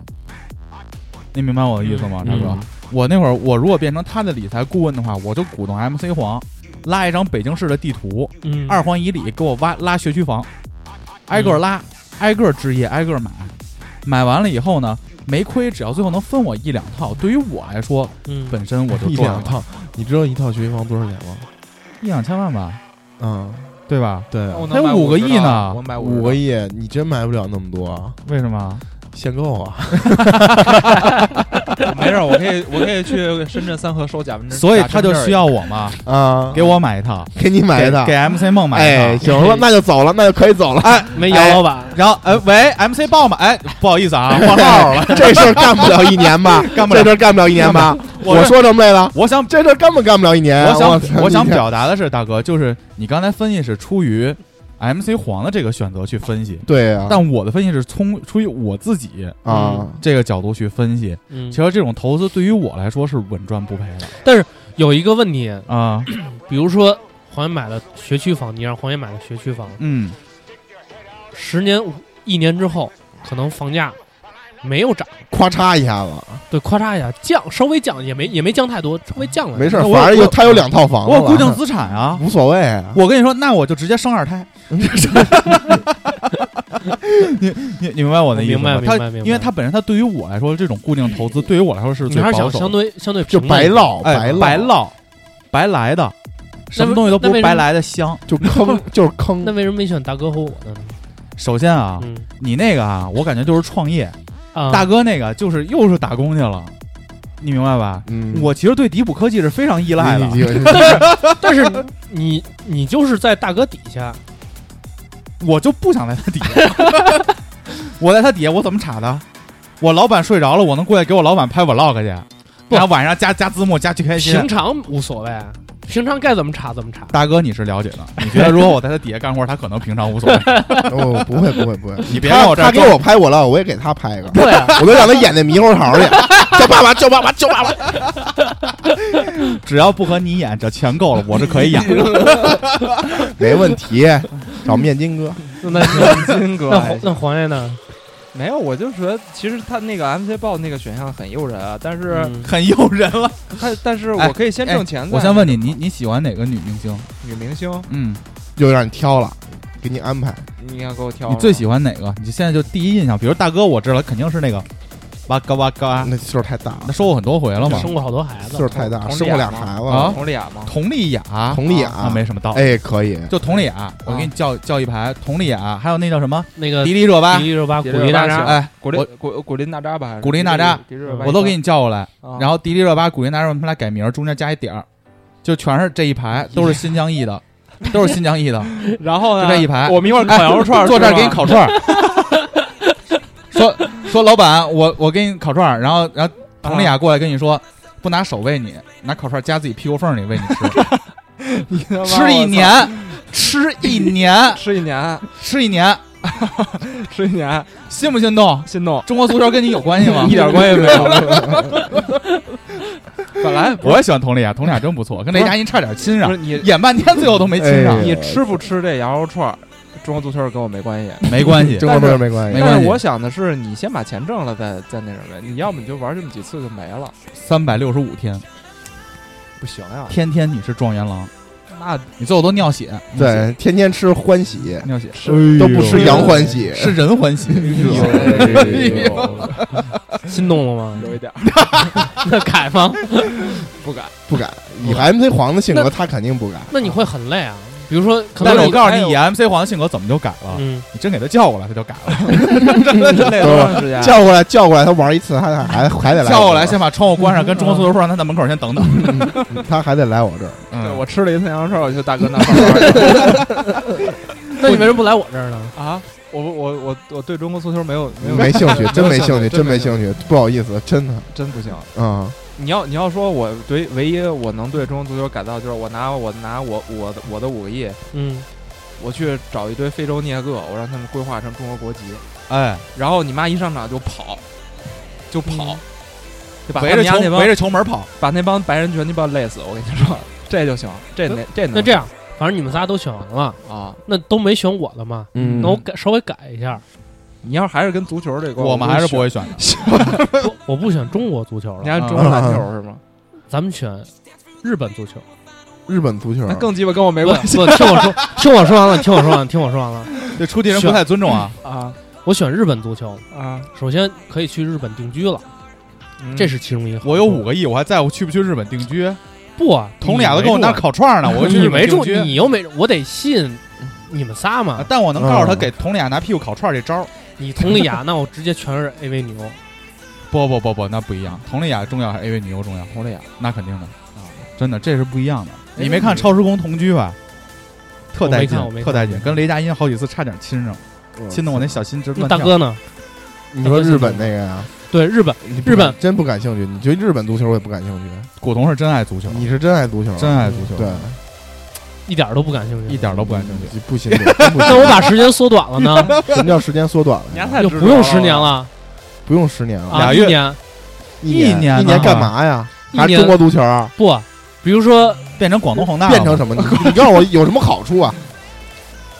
Speaker 2: 你明白我的意思吗，大哥？
Speaker 3: 嗯
Speaker 2: 我那会儿我如果变成他的理财顾问的话，我就鼓动 MC 黄拉一张北京市的地图，
Speaker 1: 嗯，
Speaker 2: 二环以里给我挖拉学区房，
Speaker 3: 嗯
Speaker 2: 挨个拉，挨个置业，挨个买，买完了以后呢，没亏，只要最后能分我一两套，对于我来说，
Speaker 1: 嗯，
Speaker 2: 本身我就
Speaker 3: *laughs* 一
Speaker 2: 赚了
Speaker 3: 两套，你知道一套学区房多少钱吗？
Speaker 2: 一两千万吧，
Speaker 3: 嗯，
Speaker 2: 对吧？
Speaker 3: 对，
Speaker 5: 我能
Speaker 2: 才
Speaker 5: 买
Speaker 2: 五个
Speaker 5: 50
Speaker 2: 亿
Speaker 5: 的
Speaker 2: 呢
Speaker 5: 我买
Speaker 3: 五个
Speaker 5: 个亿，
Speaker 3: 亿你真买不了那么多啊，
Speaker 2: 为什么？
Speaker 3: 限购啊。
Speaker 5: 没事儿，我可以我可以去深圳三河收假
Speaker 3: 嗯
Speaker 5: 文证，
Speaker 2: 所以他就需要我嘛，
Speaker 3: 啊，
Speaker 2: 给我买一套，
Speaker 3: 给你买
Speaker 2: 给
Speaker 3: 一套
Speaker 2: 给。MC 梦买
Speaker 3: 哎，
Speaker 2: 一套。
Speaker 3: 行了，那就走了，那就可以走了。哎，
Speaker 1: 没姚老板，
Speaker 2: 然后，哎，喂，MC 爆嘛，哎，不好意思
Speaker 3: *laughs*
Speaker 2: 啊，换号了，
Speaker 3: 这事儿干不了一年吧？
Speaker 2: *laughs* 干不
Speaker 3: 这
Speaker 2: 了。
Speaker 3: 事儿干不了一年吧？
Speaker 2: 我
Speaker 3: 我说这么累了，
Speaker 2: 我想，
Speaker 3: 这事儿根本干不了一年。
Speaker 2: 我
Speaker 3: 操
Speaker 2: 想，我想
Speaker 3: 哎你看
Speaker 2: 表达的是，大哥，就是你刚才分析是出于 MC 黄的这个选择去分析，
Speaker 3: 对啊，
Speaker 2: 但嗯我的分析是从出于我自己
Speaker 3: 啊，
Speaker 2: 这个角度去分析，
Speaker 1: 嗯
Speaker 2: 其，实这种投资对于我来说是稳赚不赔
Speaker 3: 啊
Speaker 2: 的
Speaker 1: 有一个问题，
Speaker 2: 啊，
Speaker 1: 比如说黄爷买了学区房，你让黄爷买了学区房，
Speaker 2: 嗯，
Speaker 1: 十年五一年之后，可能房价没有涨，
Speaker 3: 咔嚓一下子，
Speaker 1: 对，咔嚓一下降，稍微降也没也没降太多，稍微降了，
Speaker 3: 没事
Speaker 2: 那
Speaker 3: 儿，
Speaker 2: 我
Speaker 3: 反正有
Speaker 2: 我
Speaker 3: 他有两套房子
Speaker 2: 我
Speaker 3: 了，
Speaker 2: 有固定资产啊，
Speaker 3: 无所谓。
Speaker 2: 我跟你说，那我就直接生二胎。你你你明白我的意思吗？
Speaker 1: 明白
Speaker 2: 他
Speaker 1: 明白明白
Speaker 2: 因为他本身他对于我来说，这种固定投资对于我来说是
Speaker 1: 你
Speaker 2: 最
Speaker 1: 还是
Speaker 2: 保
Speaker 1: 想
Speaker 2: 守
Speaker 1: 相
Speaker 2: 的，
Speaker 1: 对相对
Speaker 3: 就
Speaker 1: 平稳
Speaker 3: 白唠
Speaker 2: 哎，
Speaker 3: 唠
Speaker 2: 白唠，白来的，什么东西都不
Speaker 1: 那为
Speaker 2: 是
Speaker 1: 什么
Speaker 2: 白来的香。 *laughs*
Speaker 3: 就坑就是坑
Speaker 1: 那，为什么没选大哥和我呢？
Speaker 2: 首先啊，
Speaker 1: 嗯
Speaker 2: 你那个啊，我感觉就是创业，
Speaker 1: 啊，
Speaker 2: 大哥那个就是又是打工去了，你明白吧？
Speaker 3: 嗯，
Speaker 2: 我其实对迪普科技是非常依
Speaker 3: 依
Speaker 2: 赖的， *laughs*
Speaker 1: 啊但是你你就是在大哥底下，
Speaker 2: 我就不想在他底下， *laughs* 我在他底下我怎么查的？我老板睡着了，我能过去给我老板拍 vlog 去，
Speaker 1: 不
Speaker 2: 然后晚上加加字幕加去开心
Speaker 1: 平。常无所谓，平常该怎么查怎么查。
Speaker 2: 大哥，你是了解的，你觉得如果我在他底下干活，他可能平常无所
Speaker 3: *laughs*
Speaker 2: 谓。
Speaker 3: 哦，不会不会不会，
Speaker 2: 你别
Speaker 3: 他
Speaker 2: 跟我这
Speaker 3: 他
Speaker 2: 儿
Speaker 3: 给我拍我了，我也给他拍一个，
Speaker 1: 对啊，
Speaker 3: 我都让他演那猕猴桃去，
Speaker 2: *laughs*
Speaker 3: 叫爸爸叫爸爸叫爸爸，
Speaker 2: 只要不和你演，这钱够了，我是可以演的。 *laughs*
Speaker 5: *laughs*
Speaker 3: 没问题，找面筋哥。
Speaker 1: 那
Speaker 5: 金哎哥
Speaker 1: 那
Speaker 5: 还
Speaker 1: 黄那黄爷呢？
Speaker 5: 没有，我就说，其实他那个 MC 报那个选项很诱人啊，但是
Speaker 1: 嗯
Speaker 2: *laughs* 很诱人了。
Speaker 5: 他但是
Speaker 2: 哎
Speaker 5: 我可以先挣钱再。
Speaker 2: 我先问你，你你喜欢哪个女明星？
Speaker 5: 女明星，
Speaker 2: 嗯，
Speaker 3: 又让你挑了，给你安排。
Speaker 5: 你要给我挑了，
Speaker 2: 你最喜欢哪个？你现在就第一印象，比如大哥，我知道了肯定是那个哇嘎哇嘎，
Speaker 3: 那岁数太大
Speaker 2: 那
Speaker 3: 了，
Speaker 2: 说过很多回了嘛。
Speaker 1: 生过好多孩
Speaker 3: 岁
Speaker 1: 子
Speaker 3: 数，太大，
Speaker 5: 佟丽
Speaker 3: 生过俩
Speaker 5: 娅吗
Speaker 3: 孩
Speaker 2: 啊
Speaker 3: 子，
Speaker 5: 佟丽娅吗？
Speaker 2: 佟丽娅，
Speaker 3: 佟丽
Speaker 2: 啊，
Speaker 3: 娅
Speaker 2: 没什么道理。
Speaker 3: 哎，可以，
Speaker 2: 就佟丽娅，我给你叫叫一排佟丽娅，还有那叫什么
Speaker 1: 那个
Speaker 2: 迪丽热巴
Speaker 1: 迪，丽热巴、古
Speaker 5: 迪丽
Speaker 1: 力
Speaker 5: 热
Speaker 1: 娜
Speaker 5: 巴
Speaker 1: 扎
Speaker 5: 行，
Speaker 2: 哎，
Speaker 5: 古
Speaker 2: 我
Speaker 5: 力古古力娜扎吧，还是
Speaker 2: 古力娜扎
Speaker 5: 迪丽热巴
Speaker 2: 我都给你叫过来。
Speaker 5: 啊
Speaker 2: 然后迪丽热巴、古力娜扎，我们俩改名，中间加一点儿，就全是这一排都是新疆裔的。都是新疆裔的，
Speaker 5: 然后
Speaker 2: 就
Speaker 5: 呢，
Speaker 2: 这一排。
Speaker 5: 我们一会儿 *laughs* 烤羊肉串儿，
Speaker 2: 哎 *laughs* 坐这儿给你
Speaker 5: *laughs* 是吗
Speaker 2: 烤串儿。说说老板，我我给你烤串儿，然后然后佟丽娅过来跟你说，不拿手喂你，拿烤串儿夹自己屁股缝儿里喂你吃，
Speaker 5: 他妈
Speaker 2: 吃一
Speaker 5: 我操
Speaker 2: 年，吃一年，
Speaker 5: 吃一年，
Speaker 2: 吃一年，
Speaker 5: 吃一年，
Speaker 2: 心不心动？。
Speaker 5: 心动？
Speaker 2: 中国足球跟你有关系吗
Speaker 5: *laughs* 一点关系没
Speaker 2: *laughs*
Speaker 5: 有，本来
Speaker 2: 我也喜欢佟丽娅，佟丽娅真不错，跟雷佳音差点亲
Speaker 5: 不
Speaker 2: 上
Speaker 5: 是，你
Speaker 2: 演半天最后都没亲上
Speaker 3: 哎，
Speaker 5: 你吃不吃这羊肉串儿，中国足球跟我没关系。
Speaker 2: 没关系，
Speaker 3: 中国队没关
Speaker 2: 没
Speaker 3: 系，
Speaker 2: 关系
Speaker 5: 但是我想的是，你先把钱挣了再，再那什么，你要么你就玩这么几次就没了，
Speaker 2: 三百六十五天，
Speaker 5: 不行呀、
Speaker 2: 天天你是状元郎，
Speaker 5: 那
Speaker 2: 你最后都尿血，
Speaker 3: 对，天天吃欢喜，
Speaker 2: 尿血，
Speaker 3: 都不吃羊欢喜，
Speaker 2: 是人欢喜，
Speaker 3: 哎呦
Speaker 1: *laughs* 心动了吗？
Speaker 5: *laughs* 有一点儿
Speaker 1: 那改吗？
Speaker 5: 不敢。
Speaker 3: 不敢。以 MC 黄的性格，他肯定不敢。
Speaker 1: 那你会很累啊。比如说，可
Speaker 2: 但是
Speaker 1: 能
Speaker 2: 我
Speaker 1: 你
Speaker 2: 告诉你，以 MC 黄的性格怎么就改了？
Speaker 1: 嗯，
Speaker 2: 你真给他叫过来，他就改了。
Speaker 5: 累多长时间？
Speaker 3: 叫过来，叫过来，他玩一次，还还还得来
Speaker 2: 叫过来，
Speaker 3: 我这
Speaker 2: 先把窗户关上，跟
Speaker 1: 嗯
Speaker 2: 中国足球说让他在门口先等等。
Speaker 3: 儿，他还得来我这儿。
Speaker 5: 对
Speaker 2: 嗯，
Speaker 5: 我吃了一次羊肉串儿，我就大哥那放 *laughs* 这儿
Speaker 1: 那你为什么不来我这儿呢？
Speaker 5: 啊！我不我我我对中国足球没有没有
Speaker 3: 没兴趣，真没兴趣，真
Speaker 5: 真
Speaker 3: 没
Speaker 5: 没
Speaker 3: 兴
Speaker 5: 兴
Speaker 3: 趣，不好意思，真的
Speaker 5: 真不行。
Speaker 3: 啊，
Speaker 5: 你要你要说我对唯一我能对中国足球改造，就是我拿我拿我我的我的五个亿，
Speaker 1: 嗯，
Speaker 5: 我去找一堆非洲涅哥，我让他们规划成中国国籍，
Speaker 2: 哎，
Speaker 5: 然后你妈一上场就跑，就
Speaker 1: 嗯
Speaker 5: 跑，就把
Speaker 2: 围
Speaker 5: 他
Speaker 2: 着
Speaker 5: 们家
Speaker 2: 球
Speaker 5: 那帮
Speaker 2: 围着球门跑，
Speaker 5: 把那帮白人全鸡巴累死，我跟你说， *laughs* 这就行，这能这能
Speaker 1: 那这样，反正你们仨都选完了，
Speaker 5: 啊？
Speaker 1: 那都没选我的嘛。
Speaker 3: 嗯
Speaker 1: 那我改稍微改一下，
Speaker 5: 你要还是跟足球这块儿，
Speaker 2: 我们还是不
Speaker 5: 不
Speaker 2: 会选的。
Speaker 1: 不我不选中国足球
Speaker 5: 你
Speaker 1: 了，
Speaker 5: 还是中国篮球是吗？
Speaker 1: 咱们选日本足球。
Speaker 3: 日本足球
Speaker 5: 那更鸡巴跟我没
Speaker 1: 不
Speaker 5: 关系
Speaker 1: 不，听嗯我说，听我说完了，听我说完了，听我说完了。
Speaker 2: 这出题人不太尊重啊。
Speaker 5: 啊
Speaker 1: 我选日本足球，
Speaker 5: 啊！
Speaker 1: 首先可以去日本定居了，
Speaker 5: 嗯
Speaker 1: 这是其中一个。
Speaker 2: 我有五个亿，我还在乎去不去日本定居？
Speaker 1: 不啊，
Speaker 2: 佟丽娅都跟我那儿烤串呢，我去
Speaker 1: 你
Speaker 2: 日
Speaker 1: 没
Speaker 2: 本
Speaker 1: 中
Speaker 2: 定，居。
Speaker 1: 你又没中，我得吸引你们仨嘛
Speaker 2: 啊。但我能告诉
Speaker 3: 嗯
Speaker 2: 他给佟丽娅拿屁股烤串这招儿。
Speaker 1: 你佟丽娅，那我直接全是 AV
Speaker 2: *laughs*
Speaker 1: 女优。
Speaker 2: 不不不不，那不一样。佟丽娅重要还是 AV 女优重要？
Speaker 5: 佟丽娅
Speaker 2: 那肯定的啊，真的这是不一样的。你没看《超时空同居》吧？特带劲
Speaker 1: 我没看我没，看
Speaker 2: 特带劲，跟雷佳音好几次差点亲上，亲的我那小心直
Speaker 1: 那
Speaker 2: 乱
Speaker 1: 大
Speaker 2: 跳。
Speaker 1: 哥呢？
Speaker 3: 嗯你说日本那个呀，
Speaker 1: 对日本，
Speaker 3: 你不
Speaker 1: 日本
Speaker 3: 真不感兴趣，你对日本足球我也不感兴趣，
Speaker 2: 古潼是真爱足球，
Speaker 3: 你是真爱足球，
Speaker 2: 嗯
Speaker 3: 啊
Speaker 2: 真爱足球，
Speaker 3: 对，
Speaker 1: 一点儿都不感兴
Speaker 2: 一
Speaker 1: 趣。
Speaker 2: 点都不感兴趣。
Speaker 3: 趣，不行，真不
Speaker 1: 那我
Speaker 3: 行。
Speaker 1: 把时间缩短了
Speaker 2: *laughs*
Speaker 1: 呢？
Speaker 3: 什么叫时间缩短了
Speaker 5: 你
Speaker 3: 呀
Speaker 5: 还？太
Speaker 1: 就
Speaker 5: 执
Speaker 1: 不
Speaker 5: 着
Speaker 1: 用
Speaker 5: 了
Speaker 1: 十年了
Speaker 3: 不用十年了，
Speaker 1: 啊，
Speaker 2: 俩
Speaker 1: 一
Speaker 2: 月
Speaker 1: 年
Speaker 3: 一
Speaker 2: 一年
Speaker 3: 年
Speaker 2: 呢
Speaker 3: 一干嘛呀？
Speaker 1: 一
Speaker 3: 还是
Speaker 1: 年
Speaker 3: 中国足球啊
Speaker 1: 不，比如说，
Speaker 2: 变成广东恒大了，
Speaker 3: 变成什么？你你告诉我有什么好处啊？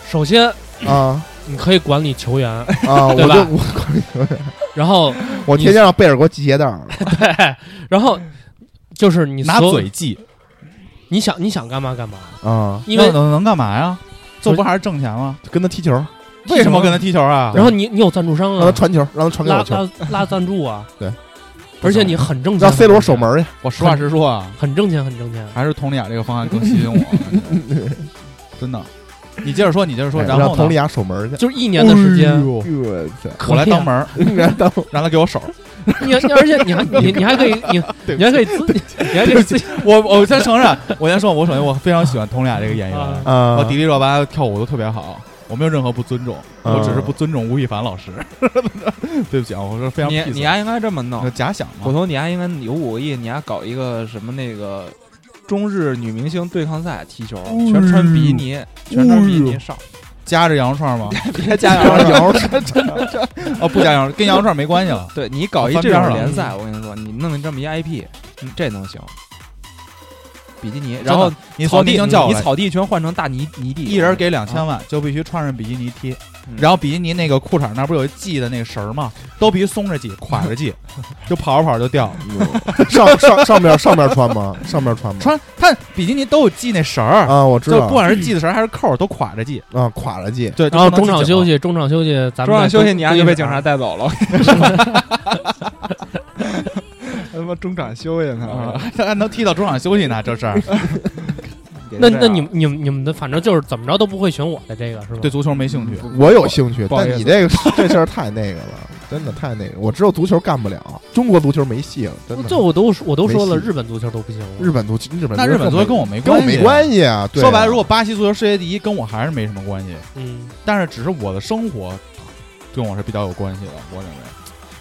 Speaker 1: 首先
Speaker 3: 啊
Speaker 1: 你可以管理球员，
Speaker 3: 啊！我
Speaker 1: 对吧
Speaker 3: 就我
Speaker 1: 然
Speaker 2: *laughs*
Speaker 1: 后
Speaker 3: 我天天让贝尔给我系鞋带儿，
Speaker 1: 对，然后就是你
Speaker 2: 拿
Speaker 1: 所有
Speaker 2: 嘴，记，
Speaker 1: 你想你想干嘛干嘛，
Speaker 3: 啊，
Speaker 1: 因为
Speaker 2: 那能能干嘛呀？这不还是挣钱吗？
Speaker 3: 跟他踢球，让
Speaker 2: 为什么跟他踢球啊？
Speaker 1: 然后你你有赞助商
Speaker 3: 他
Speaker 1: 啊，
Speaker 3: 传球，让他传给
Speaker 1: 拉
Speaker 3: 我球，
Speaker 1: 拉拉赞助啊，
Speaker 3: 对，
Speaker 1: 而且你很挣钱，
Speaker 3: 让 C 罗
Speaker 1: 很
Speaker 3: 守
Speaker 1: 挣钱，
Speaker 3: 门去。
Speaker 2: 我实话实说啊，
Speaker 1: 很挣钱，很挣钱。
Speaker 2: 还是佟丽娅这个方案更吸引我，啊真的。你接着说，你接着说，
Speaker 3: 哎
Speaker 2: 然
Speaker 3: 让
Speaker 2: 后
Speaker 3: 佟
Speaker 2: 呢？
Speaker 3: 丽娅守门去。
Speaker 1: 就是一年的时间，
Speaker 2: 哎呦
Speaker 3: 我操！
Speaker 1: 可
Speaker 2: 我来
Speaker 1: 以啊
Speaker 2: 当门儿，
Speaker 3: 你还当
Speaker 2: 让他给我手儿。
Speaker 1: 你你而且你 *laughs* 还你你还可以你你还可以自 *laughs* 你还可以自己
Speaker 2: 我我先承认，我先说，我首先我非常喜欢佟丽娅这个演员
Speaker 1: 啊，
Speaker 3: *laughs* 啊
Speaker 2: 我迪丽热巴跳舞都特别好，我没有任何不尊重，
Speaker 3: 啊
Speaker 2: 我只是不尊重吴亦凡老师。 *laughs* 对不起啊，我说非常
Speaker 5: 你
Speaker 2: peace
Speaker 5: 你还应该这么
Speaker 2: 那
Speaker 5: 弄，
Speaker 2: 假想
Speaker 5: 普
Speaker 2: 嘛，
Speaker 5: 通你还应该有五个亿，你还搞一个什么那个中日女明星对抗赛踢球，全穿
Speaker 1: 嗯
Speaker 5: 比基尼，全穿比基尼上， *laughs*
Speaker 2: 夹着羊肉 *laughs* 串吗？
Speaker 5: 别加
Speaker 3: 当
Speaker 5: 油！
Speaker 3: 摇是
Speaker 2: 哦，不夹羊肉，跟羊肉串没关 *laughs* 系了。
Speaker 5: 对你搞一这种联赛，我跟你说，你弄这么一 IP，嗯这能行？比基尼，然后
Speaker 2: 你嗯
Speaker 5: 草
Speaker 2: 从
Speaker 5: 地
Speaker 2: 明星叫
Speaker 5: 你
Speaker 2: 过来，
Speaker 5: 草地全换成大泥泥地，
Speaker 2: 一人给两千万，就必须穿上比基尼踢，
Speaker 5: 嗯
Speaker 2: 然后比基尼那个裤衩那不是有一系的那个绳儿吗？都必须松着系，垮着 *laughs* 系，就跑着跑着就掉了。
Speaker 3: *laughs* 上上上面上面穿吗？上面穿吗？
Speaker 2: 穿它比基尼都有系那绳儿，
Speaker 3: 啊，我知
Speaker 2: 就
Speaker 3: 道
Speaker 2: 不管是系的绳儿还是扣儿都 *laughs* 垮着系。
Speaker 3: 啊，垮了系。
Speaker 2: 对，就
Speaker 1: 然后
Speaker 2: 不能
Speaker 1: 中场
Speaker 2: 系紧
Speaker 1: 休
Speaker 2: 了，
Speaker 1: 息，中场休息，咱们
Speaker 5: 中场
Speaker 1: 再
Speaker 5: 休息，
Speaker 1: 更
Speaker 5: 你还就
Speaker 1: 更
Speaker 5: 被
Speaker 1: 一
Speaker 5: 警
Speaker 1: 会
Speaker 5: 察
Speaker 1: 儿
Speaker 5: 带
Speaker 4: *laughs*
Speaker 5: 走了。 *laughs* 他妈中场休息呢
Speaker 2: *laughs* 啊，还能踢到中场休息呢，这是。 *laughs*
Speaker 1: 那那你们你们你们的反正就是怎么着都不会选我的这个是吧？
Speaker 2: 对足球没兴趣。
Speaker 3: 我有兴趣，
Speaker 5: 不好意
Speaker 3: 但
Speaker 5: 思
Speaker 3: *laughs* 你这个这事儿太那个了，真的太那个。我知道足球干不了，中国足球没戏了，真的。
Speaker 1: 这我都我都说了，
Speaker 3: 没戏
Speaker 1: 日本足球都不行了。
Speaker 3: 日本足日本
Speaker 2: 那日本足球跟
Speaker 3: 我
Speaker 2: 我没
Speaker 3: 跟
Speaker 2: 关系，
Speaker 3: 没关系啊。对啊
Speaker 2: 说白了，如果巴西足球世界第一，跟我还是没什么关系。
Speaker 1: 嗯，
Speaker 2: 但是只是我的生活跟我是比较有关系的，我认为。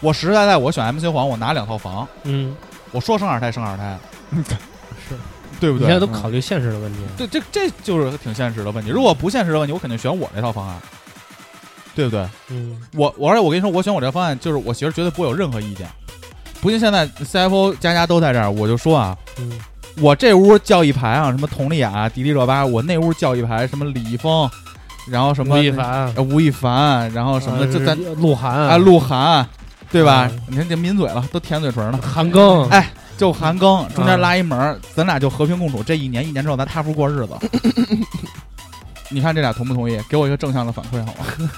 Speaker 2: 我实实在在，我选 MC 黄，我拿两套房，
Speaker 1: 嗯，
Speaker 2: 我说生二胎生二胎，
Speaker 1: 是
Speaker 2: *laughs* 对不
Speaker 1: 你现在都
Speaker 2: 对？
Speaker 1: 考虑现实的问题。
Speaker 2: 对，这这就是挺现实的问题。如果不现实的问题，我肯定选我这套方案，对不对？
Speaker 1: 嗯，
Speaker 2: 我我而且我跟你说，我选我这方案，就是我媳妇儿绝对不会有任何意见。不信现在 CFO 家家都在这儿，我就说啊，
Speaker 1: 嗯，
Speaker 2: 我这屋叫一排啊，什么佟丽娅、迪丽热巴；我那屋叫一排什么李易峰，然后什么
Speaker 1: 吴亦凡
Speaker 2: 呃、吴亦凡，然后什么的，
Speaker 1: 呃
Speaker 2: 这咱
Speaker 1: 鹿晗
Speaker 2: 啊，鹿晗，对吧？
Speaker 1: 嗯
Speaker 2: 你看这抿嘴了，都舔嘴唇呢。
Speaker 1: 韩庚，
Speaker 2: 哎就韩庚中间拉一门儿，咱俩就和平共处。这一年，一年之后咱踏实过日
Speaker 1: *laughs*
Speaker 2: 子。你看这俩同不同意？给我一个正向的反馈好吗
Speaker 1: *laughs*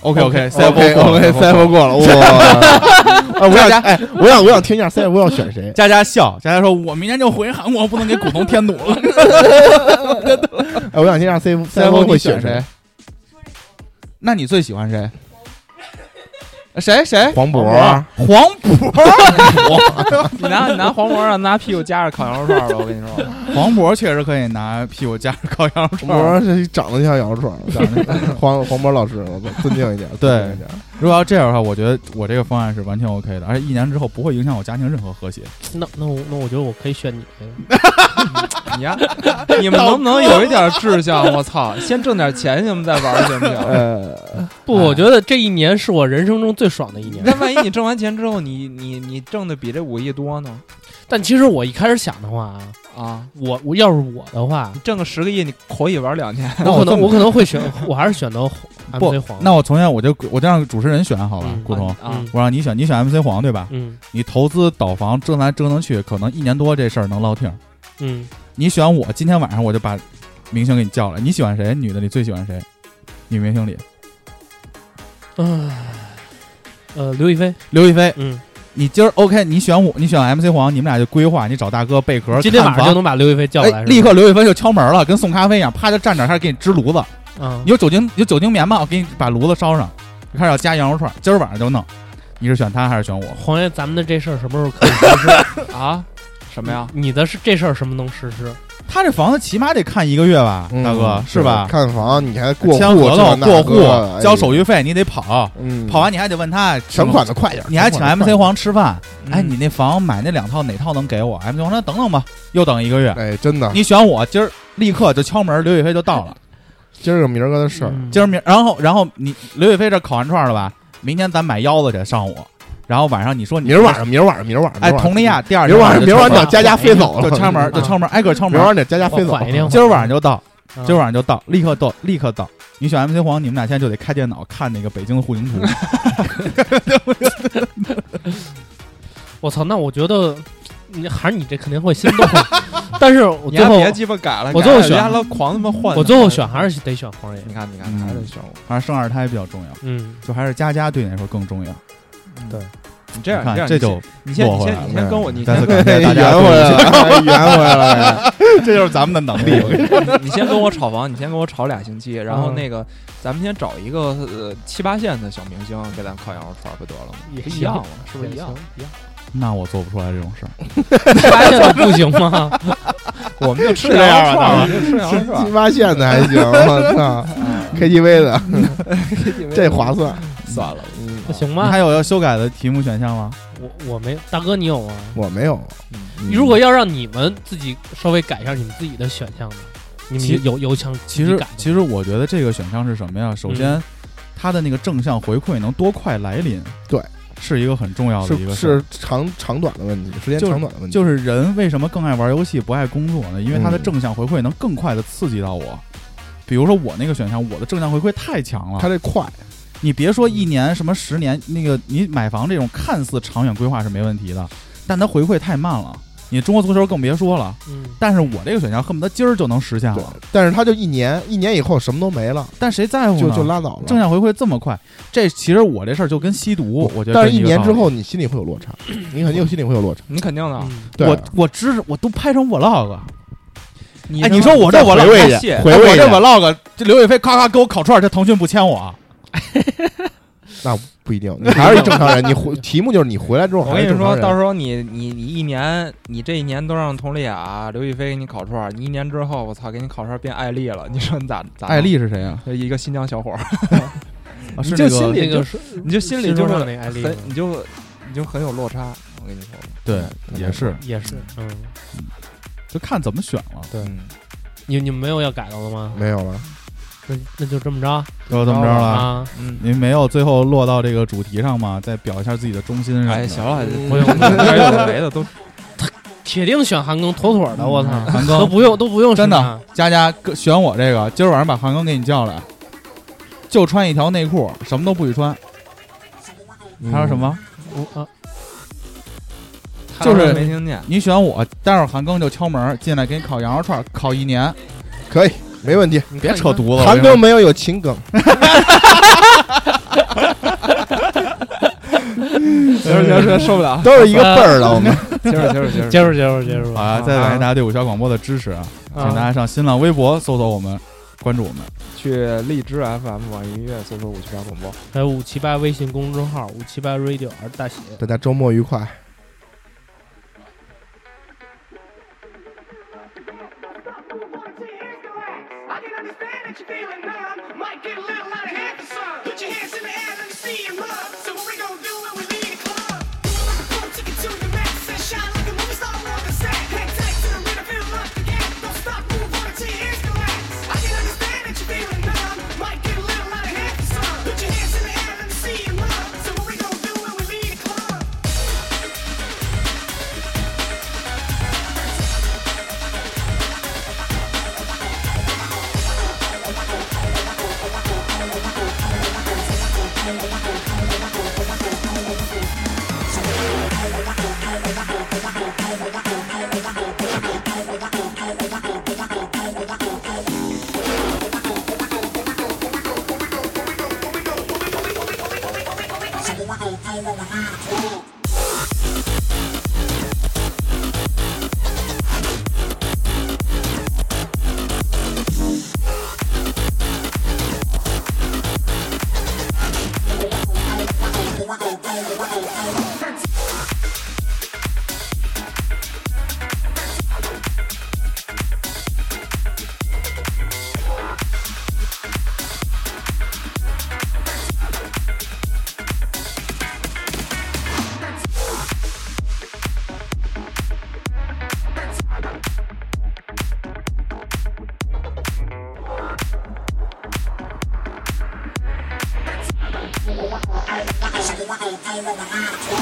Speaker 2: ？OK OK
Speaker 3: OK
Speaker 2: CFO 过了
Speaker 3: OK
Speaker 2: CFO 过了
Speaker 3: CFO *laughs* 过了，哇！
Speaker 2: 啊
Speaker 3: 哎我想哎，我想我想听一下 CFO 要选谁。
Speaker 2: 佳佳笑，佳佳说：“我明天就回韩国，不能给股东添堵了。
Speaker 3: 哎，我想听一下 CFO
Speaker 2: CFO
Speaker 3: 会
Speaker 2: 你选
Speaker 3: 谁
Speaker 2: 谁？？那你最喜欢谁？谁谁？
Speaker 3: 黄渤，
Speaker 2: 黄渤，
Speaker 4: *laughs* 你拿你拿黄渤让拿屁股夹着烤羊肉串儿吧，我跟你说，
Speaker 2: 黄渤确实可以拿屁股夹着烤羊肉串
Speaker 3: 黄
Speaker 2: 儿。
Speaker 3: 渤是长得像羊肉串儿，
Speaker 2: 长得 *laughs*
Speaker 3: 黄黄渤老师，我尊敬一点，
Speaker 2: 对
Speaker 3: 尊敬一点
Speaker 2: *laughs* 如果要这样的话，我觉得我这个方案是完全 OK 的，而且一年之后不会影响我家庭任何和谐。
Speaker 1: 那那我那我觉得我可以选你。
Speaker 4: 你呀，你们能不能有一点志向？我操，先挣点钱行不？再玩儿行不
Speaker 3: *laughs*
Speaker 4: 行？
Speaker 3: 呃，
Speaker 1: 不，我觉得这一年是我人生中最爽的一年。
Speaker 4: 那万一你挣完钱之后，你你你挣的比这五亿多呢？
Speaker 1: 但其实我一开始想的话啊，
Speaker 4: 啊，
Speaker 1: 我我要是我的
Speaker 2: *laughs*
Speaker 1: 话，
Speaker 4: 挣个十个亿，你可以玩两 *laughs* 年。
Speaker 2: 那
Speaker 1: 我可
Speaker 2: 这
Speaker 1: 能
Speaker 2: 么
Speaker 1: 我可能会选，我还是选择
Speaker 2: 不
Speaker 1: MC 黄。
Speaker 2: 那我重新我就我就让主持人选好吧，
Speaker 1: 嗯
Speaker 2: 顾彤，
Speaker 4: 啊
Speaker 2: 我让你选，你选 MC 黄对吧？
Speaker 1: 嗯
Speaker 2: 你投资倒房折腾来折腾去，可能一年多这事儿能落听。
Speaker 1: 嗯，
Speaker 2: 你选我，今天晚上我就把明星给你叫来。你喜欢谁？女的，你最喜欢谁？女明星里，
Speaker 1: 唉嗯呃，刘亦菲，
Speaker 2: 刘亦菲。
Speaker 1: 嗯，
Speaker 2: 你今儿 OK，你选我，你选 MC 黄，你们俩就规划，你找大哥贝壳，
Speaker 1: 今天晚上就
Speaker 2: 看房
Speaker 1: 能把刘亦菲叫过来，
Speaker 2: 哎，
Speaker 1: 是吧
Speaker 2: 立刻刘亦菲就敲门了，跟送咖啡一样，啪就站那儿开始给你支炉子。
Speaker 1: 嗯
Speaker 2: 有酒精有酒精棉吗？我给你把炉子烧上，就开始要加羊肉串，今儿晚上就弄。你是选他还是选我？
Speaker 1: 黄爷，咱们的这事儿什么时候可以实施？
Speaker 4: 啊，什么呀？
Speaker 1: 你的是这事儿什么能实施？
Speaker 2: 他这房子起码得看一个月吧，
Speaker 3: 嗯
Speaker 2: 大哥是吧？
Speaker 3: 看房你还过户
Speaker 2: 签合
Speaker 3: 这
Speaker 2: 同、
Speaker 3: 那
Speaker 2: 过
Speaker 3: 个的
Speaker 2: 户、交手，续费，你得跑
Speaker 3: 哎，嗯，
Speaker 2: 跑完你还得问他
Speaker 3: 全款的快点儿，
Speaker 2: 你还请
Speaker 3: 全款
Speaker 2: MC
Speaker 3: 的快点儿，
Speaker 2: 黄吃饭？
Speaker 4: 嗯
Speaker 2: 哎，你那房买那两套哪套能给我？MC 黄说等等吧，又等一个月。
Speaker 3: *laughs* 哎，真的，
Speaker 2: 你选我，今儿立刻就敲门，刘亦菲就到了。
Speaker 3: 今儿个明儿个的事儿，
Speaker 1: 嗯
Speaker 2: 今儿明，然后然后你刘亦菲这烤完串了吧？明天咱买腰子去，上午，然后晚上你说你
Speaker 3: 明儿晚上，明儿晚上，明儿晚上，
Speaker 2: 哎，
Speaker 3: 明儿晚上
Speaker 2: 佟丽娅，第二
Speaker 3: 明
Speaker 2: 天
Speaker 3: 儿晚上，明儿晚上
Speaker 2: 就
Speaker 3: 等佳佳飞走了，
Speaker 2: 就敲门，就敲门，挨个敲
Speaker 3: 明
Speaker 2: 门
Speaker 3: 儿。晚上等佳佳飞走
Speaker 1: 我
Speaker 3: 了
Speaker 1: 缓一
Speaker 2: *laughs*
Speaker 1: 点，
Speaker 2: 今儿晚上就到，
Speaker 1: 嗯
Speaker 2: 今儿晚上就到，立刻到，立刻到。你选 MC 黄，你们俩现在就得开电脑看那个北京的户型
Speaker 3: *laughs*
Speaker 2: 图。
Speaker 1: 我操，那我觉得你还是你这肯定会心动，啊
Speaker 2: *laughs*
Speaker 1: 但是我
Speaker 4: 你
Speaker 1: 最
Speaker 4: 还
Speaker 1: 后
Speaker 4: 别鸡巴改了，
Speaker 1: 我最
Speaker 4: 改
Speaker 1: 后
Speaker 4: 了
Speaker 1: 选
Speaker 4: 人家都狂他妈换。
Speaker 1: 我最后选还是得选黄爷。
Speaker 4: 你看，你看，
Speaker 2: 嗯
Speaker 4: 还是选我。
Speaker 2: 还是生二胎比较重要，
Speaker 1: 嗯，
Speaker 2: 就还是佳佳对你来说更重要。
Speaker 4: 你这样，
Speaker 2: 你
Speaker 4: 你
Speaker 2: 看
Speaker 4: 样，
Speaker 2: 这
Speaker 4: 你
Speaker 2: 就
Speaker 4: 你先，
Speaker 2: 落
Speaker 4: 你
Speaker 2: 回
Speaker 4: 先，
Speaker 2: 来 *laughs* 了嗯
Speaker 4: 你先跟我，你
Speaker 2: 再次
Speaker 4: 先，
Speaker 2: 感哎谢大家
Speaker 3: 圆
Speaker 2: 对我
Speaker 3: 回
Speaker 2: 们
Speaker 3: 来了，哎圆回来了，
Speaker 2: 哎这就是咱们的能力。我跟你说，
Speaker 4: 你先跟我炒房，你先跟我炒俩星期，然后
Speaker 1: 嗯
Speaker 4: 那个，咱们先找一个呃七八线的小明星给咱烤羊肉串儿不得了吗？
Speaker 1: 也
Speaker 4: 不一
Speaker 1: 行
Speaker 4: 样了，是不是一
Speaker 1: 也
Speaker 4: 样
Speaker 1: 行
Speaker 4: 了？一样。
Speaker 2: 那我做不出来这种事儿。
Speaker 1: 发现了不行 *laughs* 吗？
Speaker 4: 我们就吃 *laughs*
Speaker 2: 是这样
Speaker 4: 羊肉串儿，我
Speaker 2: 吗
Speaker 4: 们就吃羊肉
Speaker 2: *laughs*
Speaker 3: *laughs*
Speaker 4: 串
Speaker 3: 七
Speaker 4: 儿。
Speaker 3: 八线的还行，我操，KTV
Speaker 2: 嗯
Speaker 3: 的这划算，
Speaker 4: 算了，嗯
Speaker 1: 那，行
Speaker 2: 你
Speaker 1: 吧
Speaker 2: 还，有要修改的题目选项吗？
Speaker 1: 我我没大哥，你有吗？
Speaker 3: 我没有，
Speaker 4: 嗯
Speaker 1: 你如果要让你们自己稍微改一下你们自己的选项呢，你
Speaker 2: 其
Speaker 1: 们有有想自己
Speaker 2: 其实
Speaker 1: 改吗
Speaker 2: 其实我觉得这个选项是什么呀？首先，它的那个正向回馈能多快来临，
Speaker 3: 对，
Speaker 2: 是一个很重要的一
Speaker 3: 是
Speaker 2: 个事儿
Speaker 3: 是长长短的问题，时间
Speaker 2: 就是
Speaker 3: 长短的问题，
Speaker 2: 就是人为什么更爱玩游戏不爱工作呢？因为它的
Speaker 3: 嗯
Speaker 2: 正向回馈能更快的刺激到我。比如说我那个选项，我的正向回馈太强
Speaker 3: 他
Speaker 2: 了。
Speaker 3: 这快，
Speaker 2: 啊你别说一年什么十年，那个你买房这种看似长远规划是没问题的，但它回馈太慢了。你中国足球更别说了，
Speaker 1: 嗯，
Speaker 2: 但是我这个选项恨不得今儿就能实现
Speaker 3: 对
Speaker 2: 了，，
Speaker 3: 但是他就一年，一年以后什么都没了，
Speaker 2: 但谁在乎呢？
Speaker 3: 就就拉倒了，
Speaker 2: 正向回馈这么快，这其实我这事儿就跟吸毒，我觉得
Speaker 3: 但是
Speaker 2: 跟
Speaker 3: 一
Speaker 2: 个
Speaker 3: 年
Speaker 2: 道
Speaker 3: 之
Speaker 2: 理，
Speaker 3: 后你心里会有落差，你肯定心里会有落差，
Speaker 4: 你肯定的。
Speaker 1: 嗯
Speaker 3: 对啊
Speaker 2: 我我知识我都拍成 vlog，
Speaker 4: 你
Speaker 2: 哎，你说我这
Speaker 3: 再
Speaker 2: vlog
Speaker 3: 回味一
Speaker 4: 谢
Speaker 3: 下，
Speaker 2: 哎
Speaker 3: 回味
Speaker 2: 我
Speaker 3: 一
Speaker 2: 这
Speaker 3: 下
Speaker 2: vlog，这刘亦菲咔咔给我烤串儿，这腾讯不签我啊。
Speaker 3: 那不一
Speaker 2: *laughs*
Speaker 3: 定，你还是一正常人。你回题目就是你回来之后
Speaker 5: 我
Speaker 3: 还是
Speaker 5: 跟你
Speaker 3: 正常
Speaker 5: 说，
Speaker 3: 人。
Speaker 5: 到时候你你你一年，你这一年都让佟丽娅、刘亦菲给你烤串儿，你一年之后，我操，给你烤串儿变艾丽了，你说你咋咋弄？
Speaker 2: 艾丽是谁啊？
Speaker 5: 就一个新疆小伙儿，
Speaker 2: 啊是
Speaker 5: 就
Speaker 2: 那
Speaker 5: 心
Speaker 2: 个
Speaker 5: 里
Speaker 1: 那
Speaker 5: 就
Speaker 1: 个是
Speaker 5: 你就心里就是
Speaker 1: 那艾丽
Speaker 5: 很，你就你就很有落差。我跟你说，
Speaker 2: 对，也是，
Speaker 1: 也是，嗯，
Speaker 2: 就看怎么选了，
Speaker 5: 对，
Speaker 1: 你你们没有要改的了吗？
Speaker 3: 没有了，
Speaker 1: 那那就这么着
Speaker 2: 要怎么着了？
Speaker 1: 啊！
Speaker 5: 嗯，
Speaker 2: 您没有最后落到这个主题上吗？再表一下自己的忠心什么
Speaker 5: 哎，
Speaker 2: 的。
Speaker 5: 行了，
Speaker 2: 嗯
Speaker 1: 我有
Speaker 5: 该有的没的 *laughs* 都
Speaker 1: 铁定选韩庚，妥妥的，我操，
Speaker 2: 韩
Speaker 1: 都
Speaker 2: 庚，
Speaker 1: 不用都不用
Speaker 2: 真
Speaker 1: 审
Speaker 2: 的
Speaker 1: 查，，
Speaker 2: 佳佳跟选我这个，今儿晚上把韩庚给你叫来，就穿一条内裤，什么都不许穿。他说什么？
Speaker 1: 我啊，
Speaker 2: 就是
Speaker 5: 没听见。
Speaker 2: 你选我，待会儿韩庚就敲门进来给你烤羊肉串，烤一年，
Speaker 3: 可以，没问题。
Speaker 1: 你
Speaker 2: 别
Speaker 1: 看
Speaker 2: 扯。犊子。我
Speaker 3: 韩
Speaker 2: 跟你
Speaker 3: 庚
Speaker 2: 说
Speaker 3: 没有有情梗，
Speaker 5: 行了行了行了，受不了了，
Speaker 3: 都是一个辈儿了。我们
Speaker 5: 接着接着接着
Speaker 1: 你看接着接着接着
Speaker 2: 好
Speaker 1: 吧，
Speaker 2: 啊，再感谢大家对五校广播的支持啊，请大家上新浪微博搜索我们，关注我们。
Speaker 5: 去荔枝 FM、网易音乐搜索“五七八广播
Speaker 1: 还有五七八微信公众号五七八 radio 还是大写。
Speaker 3: 大家周末愉快。
Speaker 6: I can understand that you're feeling numb. Might get a little out of hand for some. Put your hands in the air, let me see you run. So what we gonna do when we leave the club? Do it like a pro, take it to the max. And shine like a movie star on the set. Head tight to the rhythm, feel like the gap. Don't stop, move on until your ears collapse. I can understand that you're feeling numb. Might get a little out of hand for some. Put your hands in the air, let me see you run. So what we gonna do when we leave the club?
Speaker 7: We're gonna do what we need to.